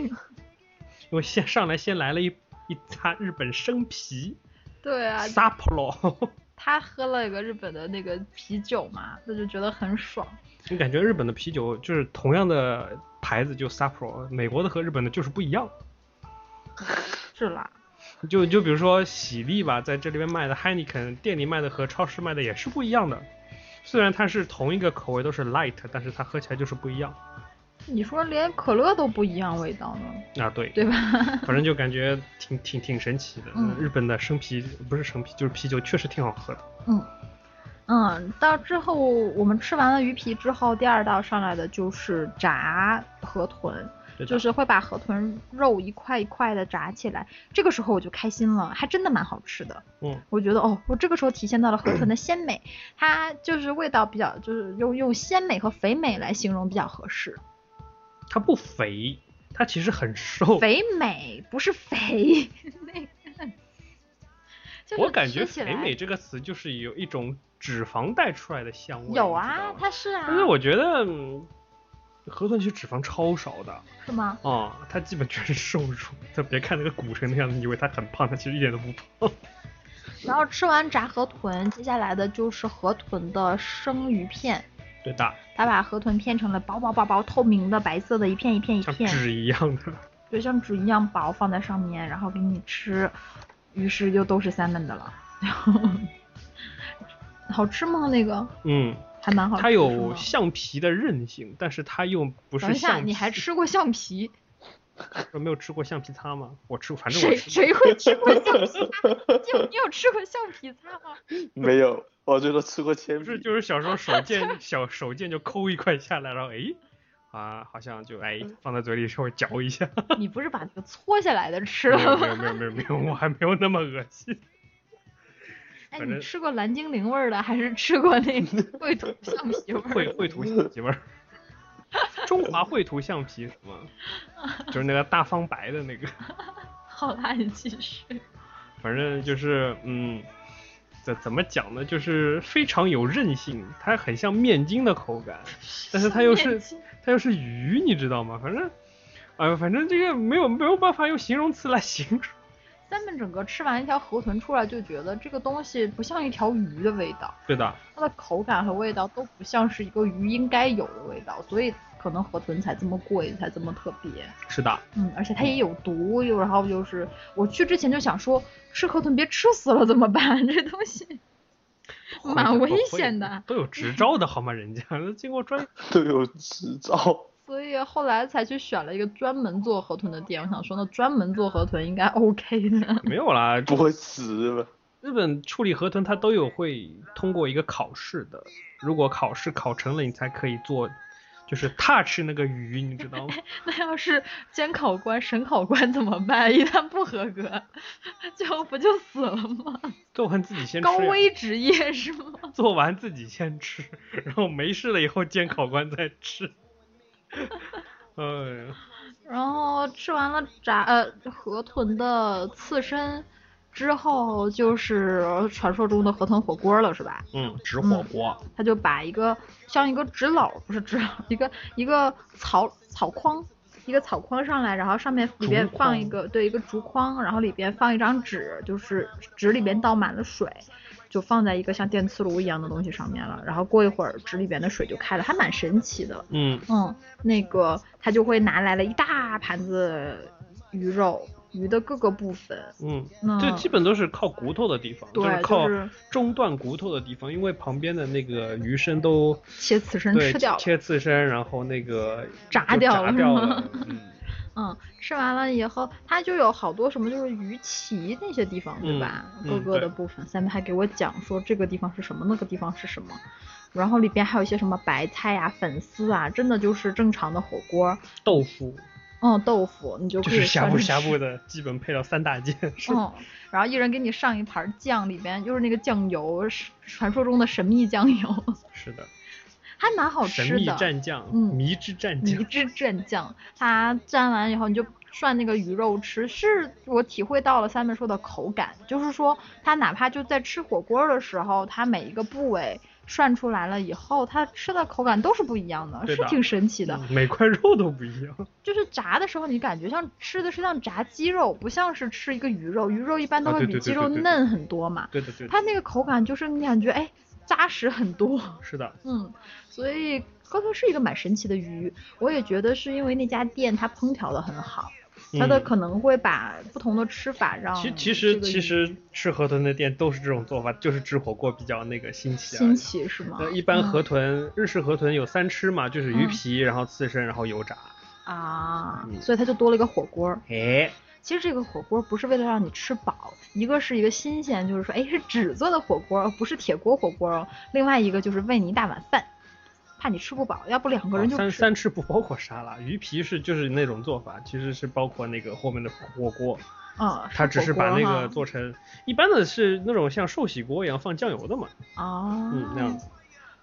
C: 为先上来先来了一一餐日本生啤
B: 对啊，
C: ，Sapporo，
B: 她喝了一个日本的那个啤酒嘛，她就觉得很爽。
C: 你感觉日本的啤酒就是同样的牌子就 Sapporo，美国的和日本的就是不一样。
B: 是啦，
C: 就就比如说喜力吧，在这里面卖的 Heineken 店里卖的和超市卖的也是不一样的。虽然它是同一个口味都是 light，但是它喝起来就是不一样
B: 你说连可乐都不一样味道呢，
C: 啊。对，
B: 对吧？
C: 反正就感觉挺挺挺神奇的。
B: 嗯
C: 日本的生啤不是生啤，就是啤酒，确实挺好喝的。
B: 嗯嗯，到之后我们吃完了鱼皮之后，第二道上来的就是炸河豚。
C: 对的
B: 就是会把河豚肉一块一块的炸起来，这个时候我就开心了，还真的蛮好吃的。
C: 嗯，
B: 我觉得哦，我这个时候体现到了河 豚的鲜美，它就是味道比较，就是用用鲜美和肥美来形容比较合适。
C: 它不肥，它其实很瘦。
B: 肥美不是肥， 那个就是
C: 我感觉
B: 吃起
C: 肥
B: 来
C: 美这个词就是有一种脂肪带出来的香
B: 有
C: 味。你知道
B: 啊
C: 吗，
B: 它是啊，
C: 但是我觉得、嗯河豚其实脂肪超少的。
B: 是吗？
C: 哦，他基本全是瘦肉，他别看那个鼓成那样子，你以为他很胖，他其实一点都不胖。
B: 然后吃完炸河豚，接下来的就是河豚的生鱼片。
C: 对的，
B: 他把河豚片成了薄薄薄薄透明的白色的一片一片一
C: 像
B: 片，
C: 纸一样的。
B: 对，像纸一样薄放在上面，然后给你吃，于是就都是 salmon 的了。 然后好吃吗？那个
C: 嗯，
B: 还蛮好吃。
C: 它
B: 是吗
C: 有橡皮的韧性，但是它又不
B: 等
C: 是
B: 一下，
C: 橡皮。
B: 你还？吃过橡皮？
C: 我没有吃过橡皮擦吗？我吃，反正
B: 谁
C: 我吃过。
B: 谁会吃过橡皮擦？就你有吃过橡皮擦吗？
D: 没有，我最多吃过铅
C: 不
D: 笔
C: 是，。就是小时候手贱，小手贱就抠一块下来，然后哎，啊，好像就
B: 嗯
C: 哎放在嘴里稍微嚼一下。
B: 你不是把那个搓下来的吃
C: 没
B: 了
C: 有
B: 吗？
C: 没有没有没有没有，我还没有那么恶心。
B: 哎，
C: 反
B: 你
C: 正
B: 吃过蓝精灵味儿的，还是吃过那 个绘图橡皮味儿的？
C: 绘绘图橡皮味儿，中华绘图橡皮什 么，就是那个大方白的那个，
B: 好啦，你继续。
C: 反正就是嗯，怎怎么讲呢，就是非常有韧性，它很像面筋的口感，但是它又是
B: 面筋
C: 它又是鱼，你知道吗？反正，哎、呀，反正这个没有没有办法用形容词来形容。
B: 三本整个吃完一条河豚出来，就觉得这个东西不像一条鱼的味道，
C: 对的，
B: 它的口感和味道都不像是一个鱼应该有的味道，所以可能河豚才这么贵，才这么特别。
C: 是的，
B: 嗯，而且它也有毒，又然后就是我去之前就想说，吃河豚别吃死了怎么办？ 这东西蛮危险的，
C: 都有执照的好吗？人家经过专
D: 都有执照，
B: 所以后来才去选了一个专门做河豚的店。我想说，那专门做河豚应该 OK 的。
C: 没有啦，
D: 不会死吧？
C: 日本处理河豚，它都有会通过一个考试的，如果考试考成了，你才可以做，就是 touch 那个鱼，你知道吗？
B: 那要是监考官、审考官怎么办？一旦不合格， 就不就死了吗？
C: 做完自己先吃
B: 高
C: 呀，
B: 危职业是吗？
C: 做完自己先吃，然后没事了以后见考官再吃。哎呀，
B: 然后吃完了炸呃河豚的刺身之后，就是传说中的河豚火锅了，是吧？
C: 嗯，纸火锅，
B: 他就把一个像一个纸篓，不是纸篓，一个一个草草筐，一个草筐上来，然后上面里边
C: 竹筐
B: 放一个对一个竹筐，然后里边放一张纸，就是纸里边倒满了水，就放在一个像电磁炉一样的东西上面了。然后过一会儿，纸里边的水就开了，还蛮神奇的。
C: 嗯，
B: 嗯，那个他就会拿来了一大盘子鱼肉，鱼的各个部分。
C: 嗯，
B: 嗯，
C: 这基本都是靠骨头的地方，就是
B: 对，
C: 靠
B: 就是
C: 中段骨头的地方，因为旁边的那个鱼身都
B: 切刺身
C: 对
B: 吃掉了。
C: 切刺身，然后那个
B: 炸
C: 就
B: 掉
C: 炸
B: 了
C: 掉
B: 是吗
C: 了，嗯，
B: 嗯，吃完了以后，它就有好多什么就是鱼鳍那些地方，对
C: 嗯
B: 吧？
C: 嗯
B: 各个的
C: 对
B: 部分，三妹还给我讲说这个地方是什么，那个地方是什么，然后里边还有一些什么白菜呀、粉丝啊，真的就是正常的火锅，
C: 豆腐
B: 嗯，豆腐你就
C: 就
B: 可以
C: 是呷
B: 穿
C: 哺
B: 着
C: 呷
B: 吃
C: 哺的基本配料 三大件，是
B: 嗯，然后一人给你上一盘酱，里边就是那个酱油，是传说中的神秘酱油，
C: 是的，
B: 还蛮好
C: 神
B: 吃
C: 秘
B: 的。
C: 蘸酱，
B: 嗯
C: 迷之蘸
B: 迷
C: 酱，
B: 之蘸酱，它蘸完以后你就涮那个鱼肉吃，是我体会到了三妹说的口感，就是说它哪怕就在吃火锅的时候，它每一个部位涮出来了以后，它吃的口感都是不一样的，
C: 对
B: 是
C: 的
B: 挺神奇的。
C: 嗯每块肉都不一样，
B: 就是炸的时候，你感觉像吃的是像炸鸡肉，不像是吃一个鱼肉，鱼肉一般都会
C: 啊对
B: 比
C: 对对
B: 鸡
C: 对
B: 肉
C: 对对
B: 嫩很多嘛。
C: 对的对的，
B: 它那个口感就是你感觉哎扎实很多，
C: 是的，
B: 嗯，所以高雄是一个蛮神奇的鱼，我也觉得是因为那家店它烹调的很好，它的
C: 嗯
B: 可能会把不同的吃法让
C: 其其
B: 这
C: 实
B: 个
C: 其
B: 鱼
C: 实吃河豚的店都是这种做法，就是吃火锅比较那个新奇而
B: 新
C: 已。
B: 奇是吗
C: 呃，？一般
B: 嗯
C: 河豚、日式河豚有三吃嘛，就是鱼
B: 嗯
C: 皮，然后刺身，然后油炸。
B: 啊，
C: 嗯
B: 所以它就多了一个火锅儿。
C: 哎，
B: 其实这个火锅不是为了让你吃饱，一个是一个新鲜，就是说哎是纸做的火锅，不是铁锅火锅哦。另外一个就是喂你一大碗饭，怕你吃不饱，要不两个人
C: 哦
B: 就吃。
C: 三三吃不包括沙拉，鱼皮是就是那种做法，其实是包括那个后面的火锅，
B: 嗯，
C: 它只是把
B: 火
C: 那
B: 锅哈
C: 个做成一般的是那种像寿喜锅一样放酱油的嘛，
B: 哦，
C: 嗯那样子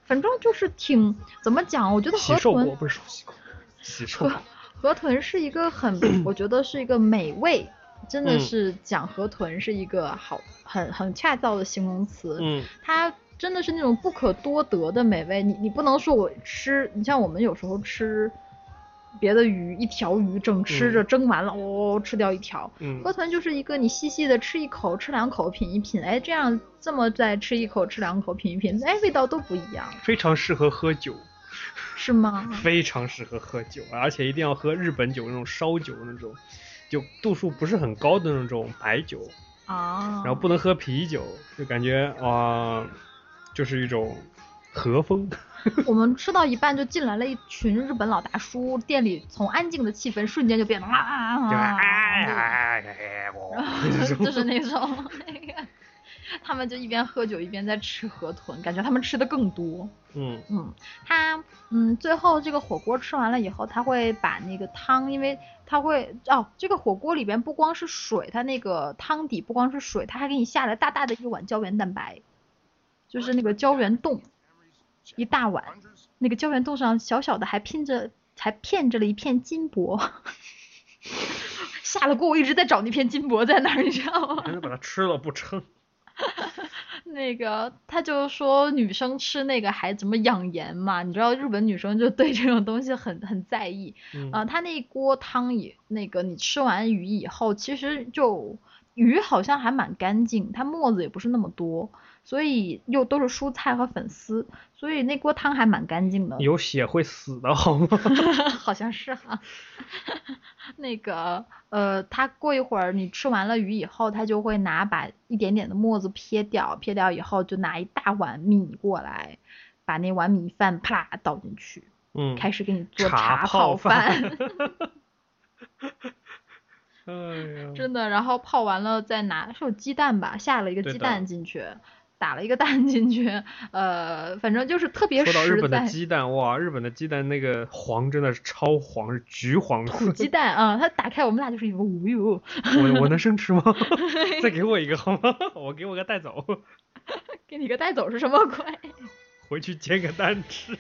B: 反正就是挺怎么讲，我觉得
C: 喜
B: 河
C: 寿锅
B: 豚
C: 不是寿喜锅，喜寿
B: 河
C: 锅。
B: 河豚是一个 很，我觉得是一个美味，真的
C: 嗯
B: 是讲河豚是一个好很很恰到的形容词，
C: 嗯，
B: 它真的是那种不可多得的美味。你你不能说我吃，你像我们有时候吃别的鱼，一条鱼整吃着、蒸完了，哦，吃掉一条。
C: 嗯
B: 河豚就是一个你细细的吃一口，吃两口，品一品，哎，这样这么再吃一口，吃两口，品一品，哎，味道都不一样，
C: 非常适合喝酒，
B: 是吗？
C: 非常适合喝酒，啊而且一定要喝日本酒那种烧酒那种，就度数不是很高的那种白酒，
B: 啊，
C: 然后不能喝啤酒，就感觉啊、就是一种和风。
B: 我们吃到一半就进来了一群日本老大叔，店里从安静的气氛瞬间就变得啊啊
C: 就
B: 啊啊
C: 哎
B: 啊啊！
C: 哎哎，我
B: 就就是那种那个，他们就一边喝酒一边在吃河豚，感觉他们吃的更多。
C: 嗯
B: 嗯，他嗯，最后这个火锅吃完了以后，他会把那个汤，因为他会哦，这个火锅里边不光是水，它那个汤底不光是水，他还给你下了大大的一碗胶原蛋白，就是那个胶原冻，一大碗，那个胶原冻上小小的还拼着还片着了一片金箔。 下了锅，我一直在找那片金箔在哪儿，你知道吗？
C: 还能把它吃了不撑。
B: 那个，他就说女生吃那个还怎么养颜嘛？你知道日本女生就对这种东西很很在意
C: 嗯
B: 啊、呃他那一锅汤也，那个你吃完鱼以后，其实就鱼好像还蛮干净，它沫子也不是那么多，所以又都是蔬菜和粉丝，所以那锅汤还蛮干净的。
C: 有血会死的好吗？
B: 好像是哈、那个呃，他过一会儿你吃完了鱼以后，他就会拿把一点点的沫子撇掉，撇掉以后就拿一大碗米过来，把那碗米饭啪倒进去，
C: 嗯，
B: 开始给你做
C: 茶
B: 茶泡
C: 泡
B: 饭，
C: 哎呀，
B: 真的。然后泡完了再拿是有鸡蛋吧，下了一个
C: 对
B: 鸡
C: 的
B: 蛋进去。打了一个蛋进去，呃，反正就是特别
C: 说到日
B: 实
C: 本的
B: 在。
C: 鸡蛋，哇，日本的鸡蛋那个黄真的是超黄，是橘黄
B: 土
C: 色。
B: 鸡蛋啊，它打开我们俩就是一个哎无哟，
C: 我我能 生吃吗？再给我一个好吗？ 我给我个带走，
B: 给你个带走是什么鬼？
C: 回去煎个蛋吃。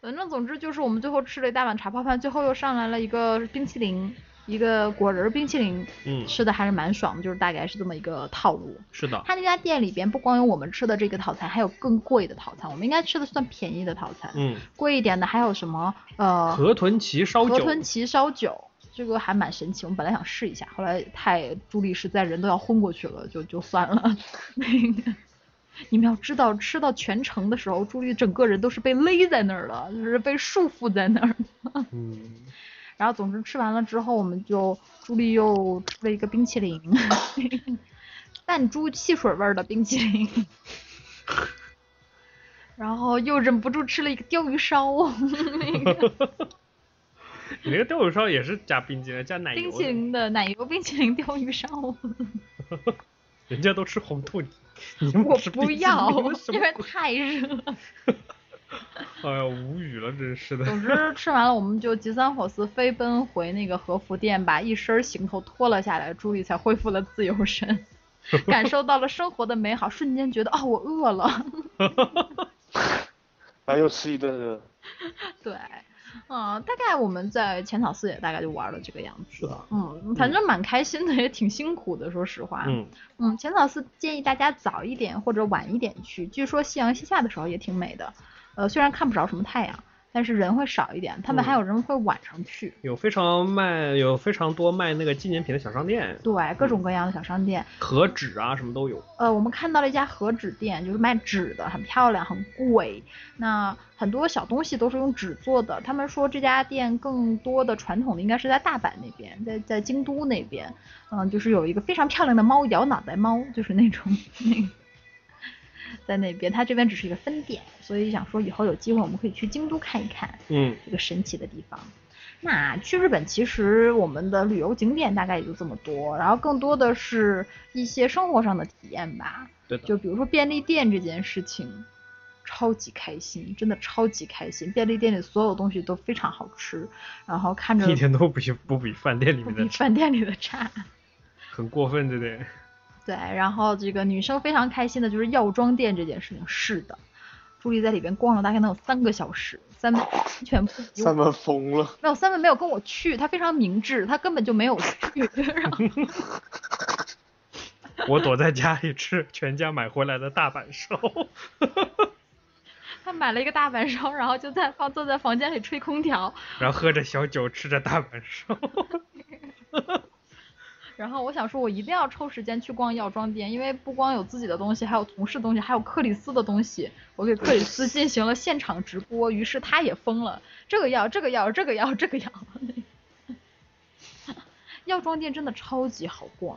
B: 反正呃总之就是我们最后吃了一大碗茶泡饭，最后又上来了一个冰淇淋，一个果仁儿冰淇淋，
C: 嗯
B: 吃的还是蛮爽的，就是大概是这么一个套路。
C: 是的，
B: 他那家店里边不光有我们吃的这个套餐，还有更贵的套餐，我们应该吃的算便宜的套餐，
C: 嗯，
B: 贵一点的还有什么呃
C: 河豚鳍烧
B: 河
C: 酒，
B: 豚鳍烧酒。这个还蛮神奇，我们本来想试一下，后来太助力实在人都要昏过去了，就就算了。 那个，你们要知道，吃到全程的时候，助力整个人都是被勒在那儿了，就是被束缚在那儿。
C: 嗯，
B: 然后总之吃完了之后，我们就朱莉又吃了一个冰淇淋， 弹珠汽水味儿的冰淇淋， 然后又忍不住吃了一个鲷鱼烧，
C: 你那个豆腐烧也是加冰淇淋加奶
B: 冰
C: 油的，
B: 淇淋的奶油冰淇淋鲷鱼烧，
C: 人家都吃红兔，你你们
B: 我
C: 吃冰
B: 不
C: 淇淋
B: 要
C: 什，么
B: 因为
C: 鬼
B: 太热了。
C: 哎呀，无语了，真是的。
B: 总之吃完了，我们就急三火四飞奔回那个和服店，把一身行头脱了下来，朱莉才恢复了自由 身，感受到了生活的美好，瞬间觉得哦，我饿了。
D: 然后又吃一顿热。
B: 对，嗯，大概我们在浅草寺也大概就玩了这个样子。
C: 的，
B: 嗯，反正蛮开心的，也挺辛苦的，说实话。
C: 嗯，
B: 嗯，浅草寺建议大家早一点或者晚一点去，据说夕阳西下的时候也挺美的。呃，虽然看不着什么太阳，但是人会少一点。他们还有人会晚上去。
C: 有非常卖，有非常多卖那个纪念品的小商店，
B: 对，各种各样的小商店，
C: 和纸啊什么都有。
B: 呃，我们看到了一家和纸店，就是卖纸的，很漂亮，很贵。那很多小东西都是用纸做的。他们说这家店更多的传统的应该是在大阪那边，在在京都那边，嗯，就是有一个非常漂亮的猫，摇脑袋猫，就是那种那个，在那边。它这边只是一个分店，所以想说以后有机会我们可以去京都看一看。
C: 嗯，
B: 一个神奇的地方。那去日本，其实我们的旅游景点大概也就这么多，然后更多的是一些生活上的体验吧。
C: 对的。
B: 就比如说便利店这件事情，超级开心，真的超级开心。便利店里所有东西都非常好吃，然后看着
C: 一点都不比不比饭店里
B: 不
C: 面
B: 比
C: 的
B: 饭店里的差。
C: 很过分，这 点。
B: 对，然后这个女生非常开心的就是药妆店这件事情。是的，朱莉在里边逛了大概能有三个小时，三本全部比我
D: 三门疯了，
B: 没有，三本没有跟我去，他非常明智，他根本就没有去。然后
C: 我躲在家里吃全家买回来的大阪烧，
B: 他买了一个大阪烧，然后就在放坐在房间里吹空调。
C: 然后喝着小酒，吃着大阪烧。
B: 然后我想说，我一定要抽时间去逛药妆店，因为不光有自己的东西，还有同事的东西，还有克里斯的东西。我给克里斯进行了现场直播，于是他也疯了，这个药，这个药，这个药，这个药。 药妆店真的超级好逛，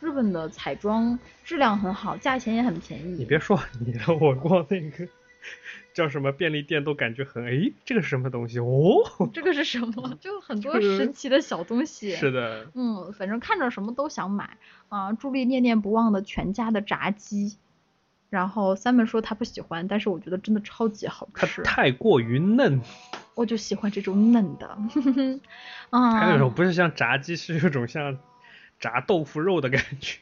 B: 日本的彩妆质量很好，价钱也很便宜。
C: 你别说你了，我逛那个 叫什么便利店都感觉很哎，这个是什么东西哦？
B: 这个是什么？就很多
C: 这个
B: 神奇的小东西。
C: 是的，
B: 嗯，反正看着什么都想买啊、朱莉念念不忘的全家的炸鸡，然后三妹说她不喜欢，但是我觉得真的超级好
C: 它
B: 吃，
C: 太过于嫩，
B: 我就喜欢这种嫩的。
C: 它那
B: 啊，
C: 种不是像炸鸡，是有种像炸豆腐肉的感觉。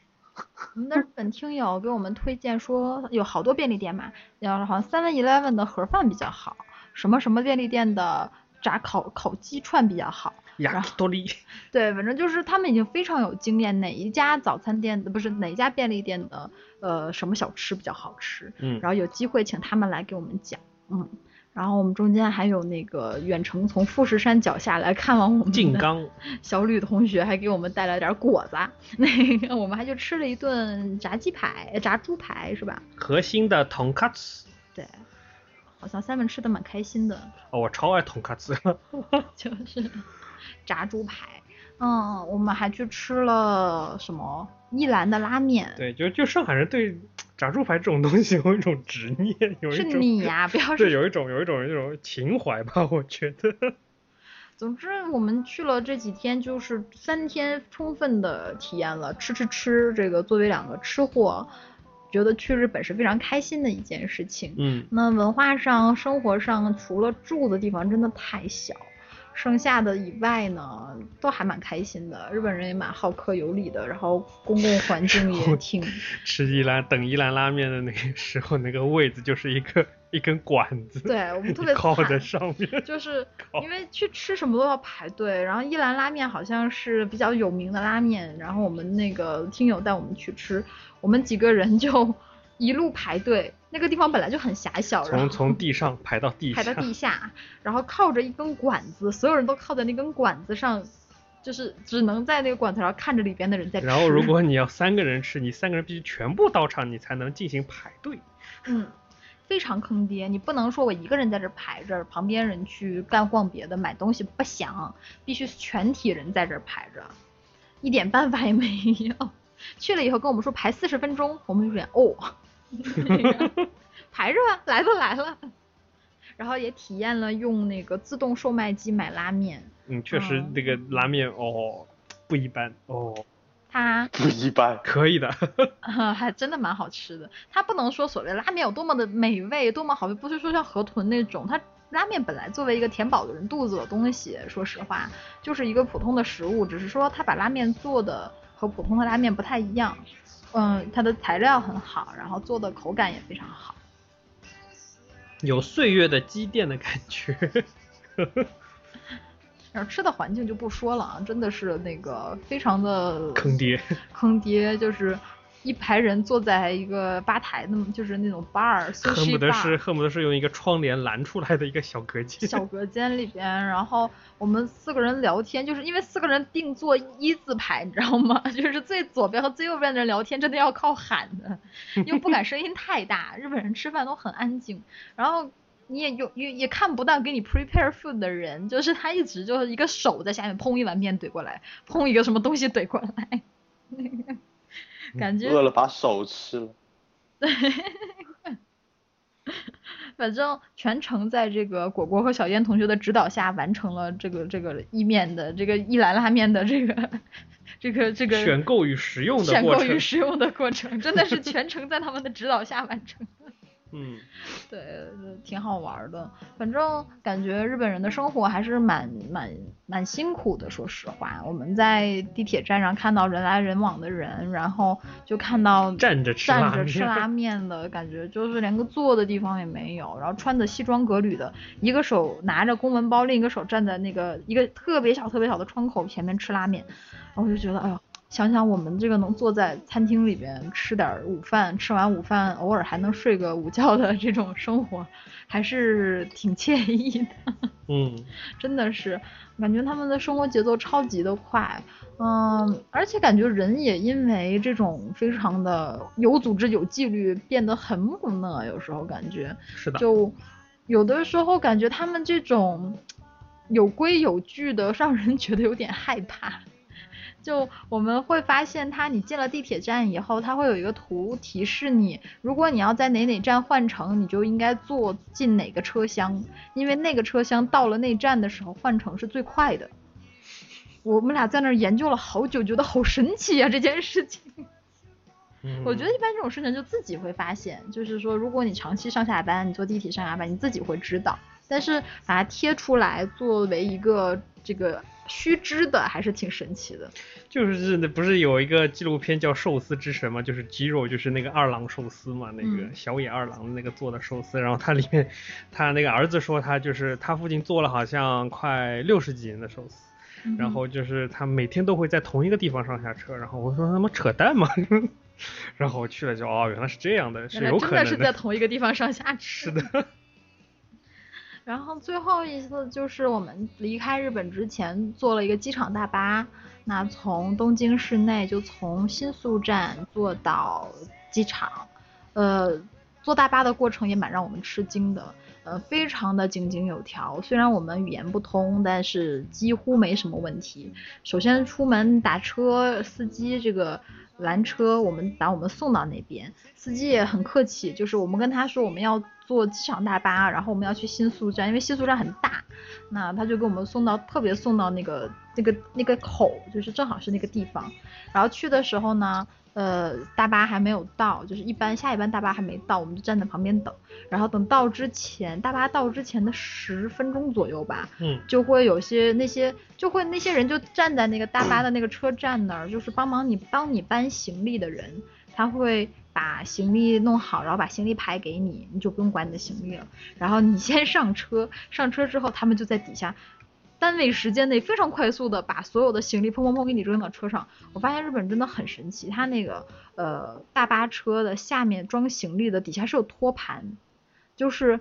B: 我们的日本听友给我们推荐说，有好多便利店嘛，然后好像 Seven Eleven 的盒饭比较好，什么什么便利店的炸烤烤鸡串比较好。
C: 呀，多利，
B: 对，反正就是他们已经非常有经验，哪一家早餐店的不是哪一家便利店的呃什么小吃比较好吃，
C: 嗯
B: 然后有机会请他们来给我们讲，嗯，然后我们中间还有那个远程从富士山脚下来看望我们
C: 静
B: 的
C: 冈，
B: 小吕同学，还给我们带来点果子， 那个我们还去吃了一顿炸鸡排、呃炸猪排是吧？
C: 核心的 tonkatsu，
B: 对，好像三 e 吃的蛮开心的，
C: 哦，我超爱 tonkatsu，
B: 就是炸猪排。嗯，我们还去吃了什么一兰的拉面。
C: 对，就就上海人对炸猪排这种东西 有一种执念，有一
B: 是
C: 种
B: 你 呀、 不要
C: 对，
B: 是。
C: 有一种有一种有一种情怀吧， 我觉得。
B: 总之，我们去了这几天，就是三天充分的体验了吃吃吃这个作为两个吃货，觉得去日本是非常开心的一件事情。
C: 嗯，
B: 那文化上、生活上，除了住的地方真的太小，剩下的以外呢，都还蛮开心的。日本人也蛮好客有礼的，然后公共环境 也
C: 我
B: 挺
C: 吃一兰等一兰拉面的那个时候，那个位子就是一个 一根管子，
B: 对我们特
C: 你
B: 别
C: 靠在
B: 惨
C: 上面。
B: 就是
C: 靠
B: 因为去吃什么都要排队，然后一兰拉面好像是比较有名的拉面，然后我们那个听友带我们去吃，我们几个人就一路排队，那个地方本来就很狭小，然
C: 从
B: 后
C: 从地上排到地
B: 排
C: 下，
B: 到地下，然后靠着一根管子，所有人都靠在那根管子上，就是只能在那个管子上看着里边的人在吃。
C: 然后如果你要三个人吃，你三个人必须全部到场，你才能进行排队。
B: 嗯，非常坑爹。你不能说我一个人在这排着，旁边人去干逛别的买东西不想，必须全体人在这排着，一点办法也没有。去了以后跟我们说排四十分钟，我们就脸哦，排着吧，来都来了。然后也体验了用那个自动售卖机买拉面，
C: 嗯，确实
B: 嗯
C: 这个拉面哦不一般哦，
B: 它
D: 不一般。
C: 可以的，
B: 啊， 还真的蛮好吃的。它不能说所谓拉面有多么的美味，多么好吃，不是说像河豚那种。它拉面本来作为一个填饱的人肚子的东西，说实话，就是一个普通的食物，只是说它把拉面做的和普通的拉面不太一样。嗯，它的材料很好，然后做的口感也非常好。
C: 有岁月的积淀的感觉。
B: 然后吃的环境就不说了啊，真的是那个非常的
C: 坑爹，
B: 坑爹，就是一排人坐在一个吧台，那么就是那种 bar，
C: 恨
B: sushi
C: 不得
B: bar
C: 是恨不得是用一个窗帘拦出来的一个小隔间。
B: 小隔间里边，然后我们四个人聊天，就是因为四个人定做一字排，你知道吗？ 就是最左边和最右边的人聊天，真的要靠喊的，因为不敢声音太大。日本人吃饭都很安静，然后你也有也也看不到给你 prepare food 的人，就是他一直就是一个手在下面砰一碗面怼过来，砰一个什么东西怼过来， 那个感觉
D: 饿了把手吃了，
B: 反正全程在这个果果和小燕同学的指导下，完成了这个这个意面的这个一兰拉面的这个这个这个
C: 选购与食用的
B: 选
C: 过
B: 购
C: 程
B: 与，食用的过程，真的是全程在他们的指导下完成。
C: 嗯，
B: 对，呃挺好玩儿的。反正感觉日本人的生活还是蛮蛮蛮辛苦的。说实话，我们在地铁站上看到人来人往的人，然后就看到
C: 站着吃
B: 站
C: 拉
B: 着吃
C: 面
B: 拉面的感觉，就是连个坐的地方也没有，然后穿的西装革履的，一个手拿着公文包，另一个手站在那个一个特别小特别小的窗口前面吃拉面，然后我就觉得，哎呦。想想我们这个能坐在餐厅里边吃点儿午饭，吃完午饭偶尔还能睡个午觉的这种生活，还是挺惬意的。
C: 嗯，
B: 真的是，感觉他们的生活节奏超级的快，嗯，而且感觉人也因为这种非常的有组织、有纪律，变得很木讷。有时候感觉，
C: 是的，
B: 就有的时候感觉他们这种有规有矩的，让人觉得有点害怕。就我们会发现它，你进了地铁站以后，它会有一个图提示你，如果你要在哪哪站换乘，你就应该坐进哪个车厢，因为那个车厢到了那站的时候换乘是最快的。我们俩在那儿研究了好久，觉得好神奇啊呀、这件事情。
C: 嗯
B: 我觉得一般这种事情就自己会发现，就是说，如果你长期上下班，你坐地铁上下班，你自己会知道。但是把它贴出来作为一个这个须知的，还是挺神奇的。
C: 就是那不是有一个纪录片叫《寿司之神》嘛，就是肌肉，就是那个二郎寿司嘛，那个
B: 嗯
C: 小野二郎那个做的寿司。然后他里面，他那个儿子说他就是他父亲做了好像快六十几年的寿司，然
B: 嗯
C: 后就是他每天都会在同一个地方上下车。然后我说他妈扯淡嘛， 然后我去了就哦，原来是这样的，
B: 原
C: 是
B: 来
C: 有
B: 真
C: 可
B: 的是在
C: 能的。
B: 同一个地方上下 吃
C: 是。的，
B: 然后最后一次就是我们离开日本之前坐了一个机场大巴，那从东京市内就从新宿站坐到机场，呃，坐大巴的过程也蛮让我们吃惊的，呃，非常的井井有条。虽然我们语言不通，但是几乎没什么问题。首先出门打车，司机这个拦车，我们把我们送到那边，司机也很客气，就是我们跟他说我们要坐机场大巴，然后我们要去新宿站，因为新宿站很大，那他就给我们送到特别送到那个那个那个口，就是正好是那个地方。然后去的时候呢，呃，大巴还没有到，就是一班下一班大巴还没到，我们就站在旁边等。然后等到之前，大巴到之前的十分钟左右吧，
C: 嗯，
B: 就会有些那些就会那些人就站在那个大巴的那个车站那儿，就是帮忙你帮你搬行李的人，他会把行李弄好，然后把行李牌给你，你就不用管你的行李了。然后你先上车，上车之后他们就在底下。单位时间内非常快速的把所有的行李砰砰砰给你扔到车上，我发现日本真的很神奇，它那个呃大巴车的下面装行李的底下是有托盘，就是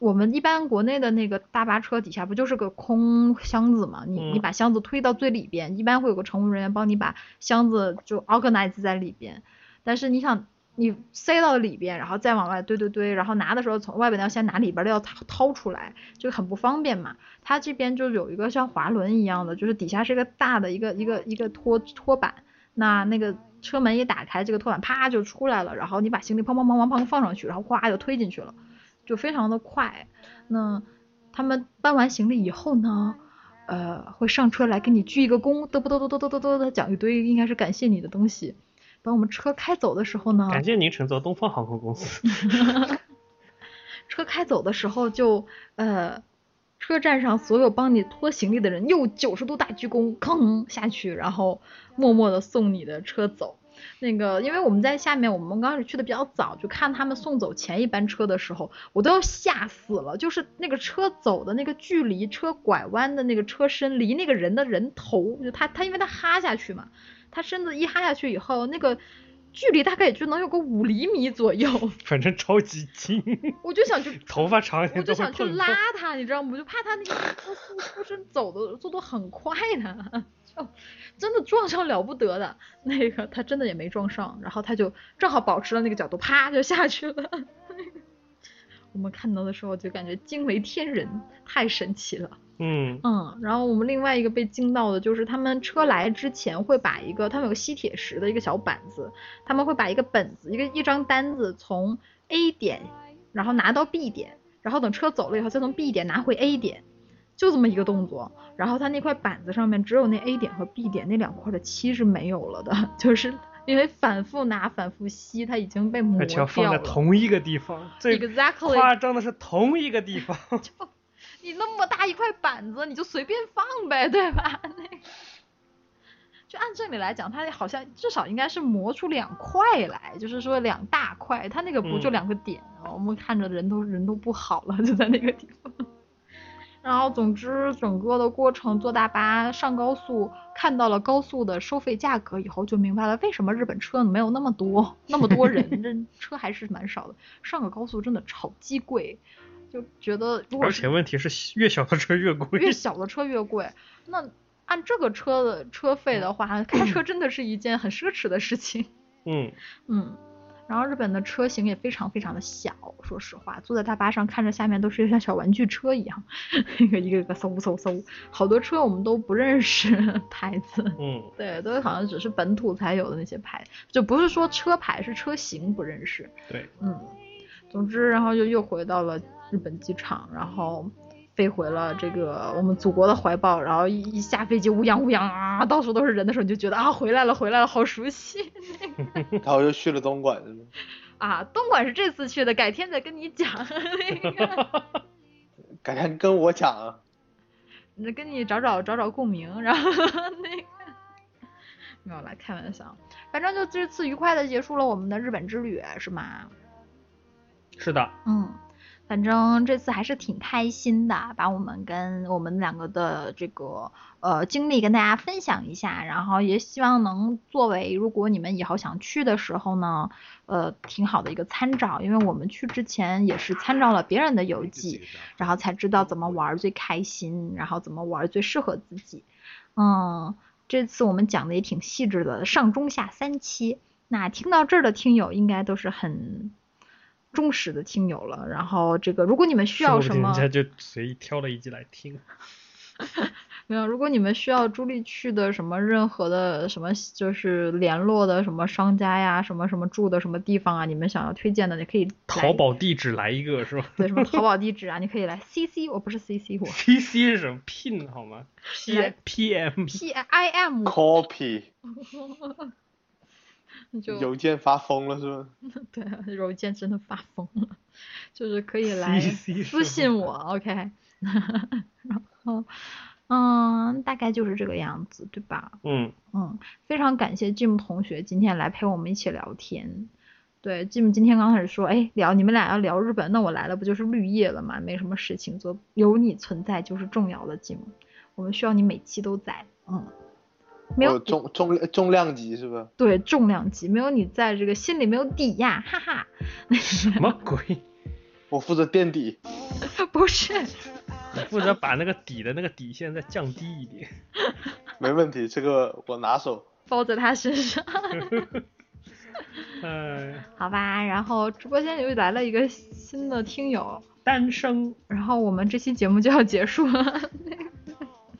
B: 我们一般国内的那个大巴车底下不就是个空箱子嘛？你你
C: 嗯
B: 把箱子推到最里边，一般会有个乘务人员帮你把箱子就 organize 在里边。但是你想，你塞到里边，然后再往外堆堆堆，然后拿的时候从外边的要先拿里边的要掏掏出来，就很不方便嘛。它这边就有一个像滑轮一样的，就是底下是一个大的一个一个一个托托板，那那个车门一打开，这个托板啪就出来了，然后你把行李砰砰砰砰砰放上去，然后哗就推进去了，就非常的快。那他们搬完行李以后呢，呃，会上车来给你鞠一个躬，嘚啵嘚嘚嘚嘚嘚嘚的讲一堆应该是感谢你的东西。等我们车开走的时候呢，
C: 感谢您乘坐东方航空公司。
B: 车开走的时候就呃，车站上所有帮你拖行李的人又九十度大鞠躬，吭下去，然后默默的送你的车走。那个，因为我们在下面，我们刚开始去的比较早，就看他们送走前一班车的时候，我都要吓死了。就是那个车走的那个距离，车拐弯的那个车身离那个人的人头，就他他因为他哈下去嘛，他身子一哈下去以后，那个距离大概也就能有个五厘米左右，
C: 反正超级近，
B: 我就想去
C: 头发长一
B: 我
C: 点
B: 就
C: 都会
B: 想去
C: 碰
B: 拉
C: 到。
B: 他，你知道吗？我就怕他那个他速速身走的速度很快呢，就真的撞上了不得的。那个他真的也没撞上，然后他就正好保持了那个角度，啪就下去了。 我们看到的时候就感觉惊为天人，太神奇了。
C: 嗯，
B: 嗯，然后我们另外一个被惊到的就是，他们车来之前会把一个，他们有个吸铁石的一个小板子，他们会把一个本子，一个一张单子从 A 点，然后拿到 B 点，然后等车走了以后再从 B 点拿回 A 点，就这么一个动作。然后他那块板子上面只有那 A 点和 B 点那两块的漆是没有了的， 就是因为反复拿、反复吸，它已经被磨
C: 而且要
B: 掉
C: 放在
B: 了。
C: 同一个地方，最
B: Exactly
C: 夸张的是同一个 地方。
B: 你那么大一块板子，你就随便放呗，对吧？那个，就按正理来讲，它好像至少应该是磨出两块来，就是说两大块，它那个不就
C: 嗯
B: 两个点？啊我们看着人都人都不好了，就在那个地方。然后，总之，整个的过程坐大巴上高速，看到了高速的收费价格以后，就明白了为什么日本车没有那么多，那么多 人，这车还是蛮少的。上个高速真的超级贵，就觉得如果
C: 而
B: 是
C: 且问题是，越小的车越贵。
B: 越小的车越贵。那按这个车的车费的话，开车真的是一件很奢侈的事情。
C: 嗯，
B: 嗯，然后日本的车型也非常非常的小，说实话，坐在大巴上看着下面都是像小玩具车一样， 一个一个一个嗖嗖嗖，好多车我们都不认识牌子。
C: 嗯，
B: 对，都好像只是本土才有的那些牌，就不是说车牌，是车型不认识。
C: 对，
B: 嗯，总之，然后就又回到了日本机场，然后飞回了这个我们祖国的怀抱。然后一一下飞机，乌泱乌泱啊，到处都是人的时候，你就觉得啊，回来了，回来了，好熟悉
D: 然后又去了东莞， 是吗
B: 啊！东莞是这次去的，改天再跟你讲， 那个，
D: 改天跟我讲啊。
B: 那跟你找找找找共鸣，然后那个。没有啦，开玩笑，反正就这次愉快的结束了我们的日本之旅，是吗？
C: 是的，
B: 嗯，反正这次还是挺开心的，把我们跟我们两个的这个呃经历跟大家分享一下，然后也希望能作为如果你们以后想去的时候呢，呃，挺好的一个参照，因为我们去之前也是参照了别人的游记，然后才知
C: 嗯
B: 道怎么玩儿最开心，然后怎么玩儿最适合自己。嗯，这次我们讲的也挺细致的，上中下三期。那听到这儿的听友应该都是很忠实的听友了。然后这个，如果你们需
C: 说
B: 要
C: 不
B: 什
C: 定
B: 么
C: 人，家就随意挑了一集来听。
B: 没有，如果你们需要朱莉去的什么任何的什么，就是联络的什么商家呀，什么什么住的什么地方啊，你们想要推荐的，也可以
C: 淘
B: 来
C: 宝地址来一个是吧
B: 对什么淘宝地址啊，你可以来 CC 我，不是 CC 我
C: ？PC 是什么？Pin 好吗？P
B: 来
C: PM
B: ，P I M 我
D: copy
B: 就
D: 邮件发疯了是吗？
B: 对，啊柔健真的发疯了，就是可以来
C: CC
B: 私
C: 是
B: 信
C: 吗
B: 我，OK。然后，嗯，大概就是这个样子，对吧？
C: 嗯，
B: 嗯，非常感谢 Jim 同学今天来陪我们一起聊天。对，Jim 今天刚开始说，哎，聊你们俩要聊日本，那我来了不就是绿叶了吗？没什么事情做，有你存在就是重要的，Jim。我们需要你每期都在，嗯，没有
D: 哦重重重量级是吧？
B: 对重量级，没有你在这个心里没有底呀，哈哈。
C: 什么 鬼？
D: 我负责垫底，
B: 不是，
C: 你负责把那个底的那个底线再降低一点。
D: 没问题，这个我拿手。
B: 包在他身上。
C: 呃，
B: 好吧，然后直播间又来了一个新的听友，
C: 单声，
B: 然后我们这期节目就要结束了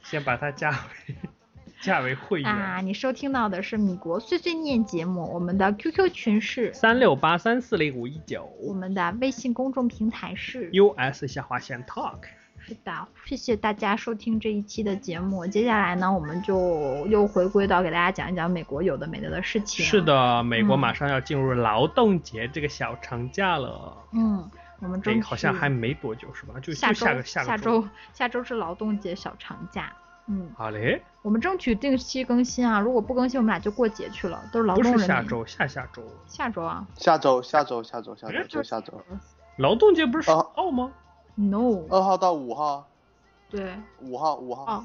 C: 先把它加为 加为会
B: 啊！
C: 员，
B: 你收听到的是米国碎碎念节目，我们的 QQ 群是，
C: 三六八三四零五一九
B: 我们的微信公众平台是。
C: US 下划线 Talk，
B: 是的，谢谢大家收听这一期的节目。接下来呢，我们就又回归到给大家讲一讲美国有的没的的事情。
C: 是，的，美国
B: 嗯
C: 马上要进入劳动节这个小长假了，
B: 嗯，我们争取
C: 这哎好像还没多久是吧？就就
B: 下周
C: 下个下个
B: 周下周是劳动节小长假。嗯，
C: 好啊嘞，
B: 我们争取定期更新啊！如果不更新，我们俩就过节去了，都是劳
C: 不
B: 动人
C: 是
B: 民。
C: 下，周，下下周，
B: 下周啊
D: 下周下周下周下周
C: 哎
D: 就下周
C: 劳动节不是十
D: 哦
C: 号吗？
B: ？No，
D: 二号到五号，
B: 对，
D: 五号五号。
B: 哦，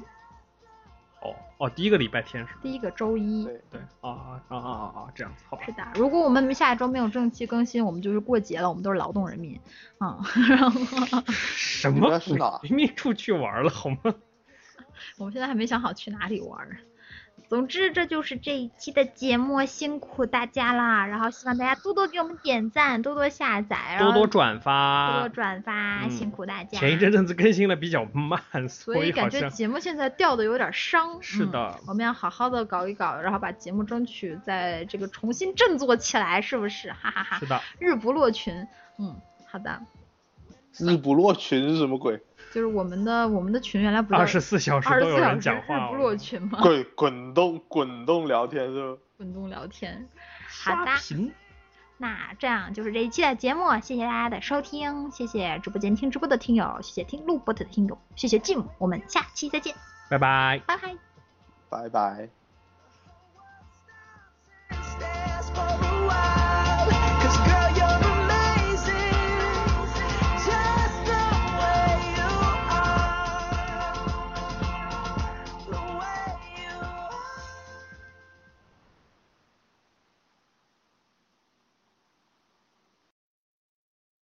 C: 哦哦，第一个礼拜天是吧
B: 第一个周一。
D: 对，
C: 对，啊啊啊啊啊，这样子好吧
B: 是？的，如果我们下周没有正期更新，我们就是过节了，我们都是劳动人民，嗯， 然后
C: 什
D: 你们
C: 么
D: 要去哪儿？
C: 明明出去玩了好吗？
B: 我们现在还没想好去哪里玩儿。总之，这就是这一期的节目，辛苦大家啦！然后希望大家多多给我们点赞，多多下载，然
C: 多
B: 后
C: 多转
B: 哎多
C: 发
B: 多。转发，
C: 嗯
B: 辛苦大家。
C: 前一阵子更新的比较慢，
B: 所以
C: 好
B: 感觉嗯
C: 像
B: 节目现在掉的有点伤。
C: 是
B: 嗯
C: 的
B: 我们要好好的搞一搞，然后把节目争取在这个重新振作起来，是不是？哈哈哈
C: 是，的，
B: 日不落群。嗯，好的，
D: 日不落群是什么鬼？
B: 就是我们的我们的群原来不
C: 二十四小时
B: 二十
C: 都有
B: 四小
C: 人
B: 时
C: 讲话哦
B: 日不落群吗？
D: 滚滚动滚动聊天是吧？
B: 滚动聊天。好
C: 刷
B: 的，
C: 屏，
B: 那这样就是这一期的节目，谢谢大家的收听，谢谢直播间听直播的听友，谢谢听录播的听友，谢谢 Jim，我们下期再见，
C: 拜拜。
B: 拜拜。
D: 拜拜。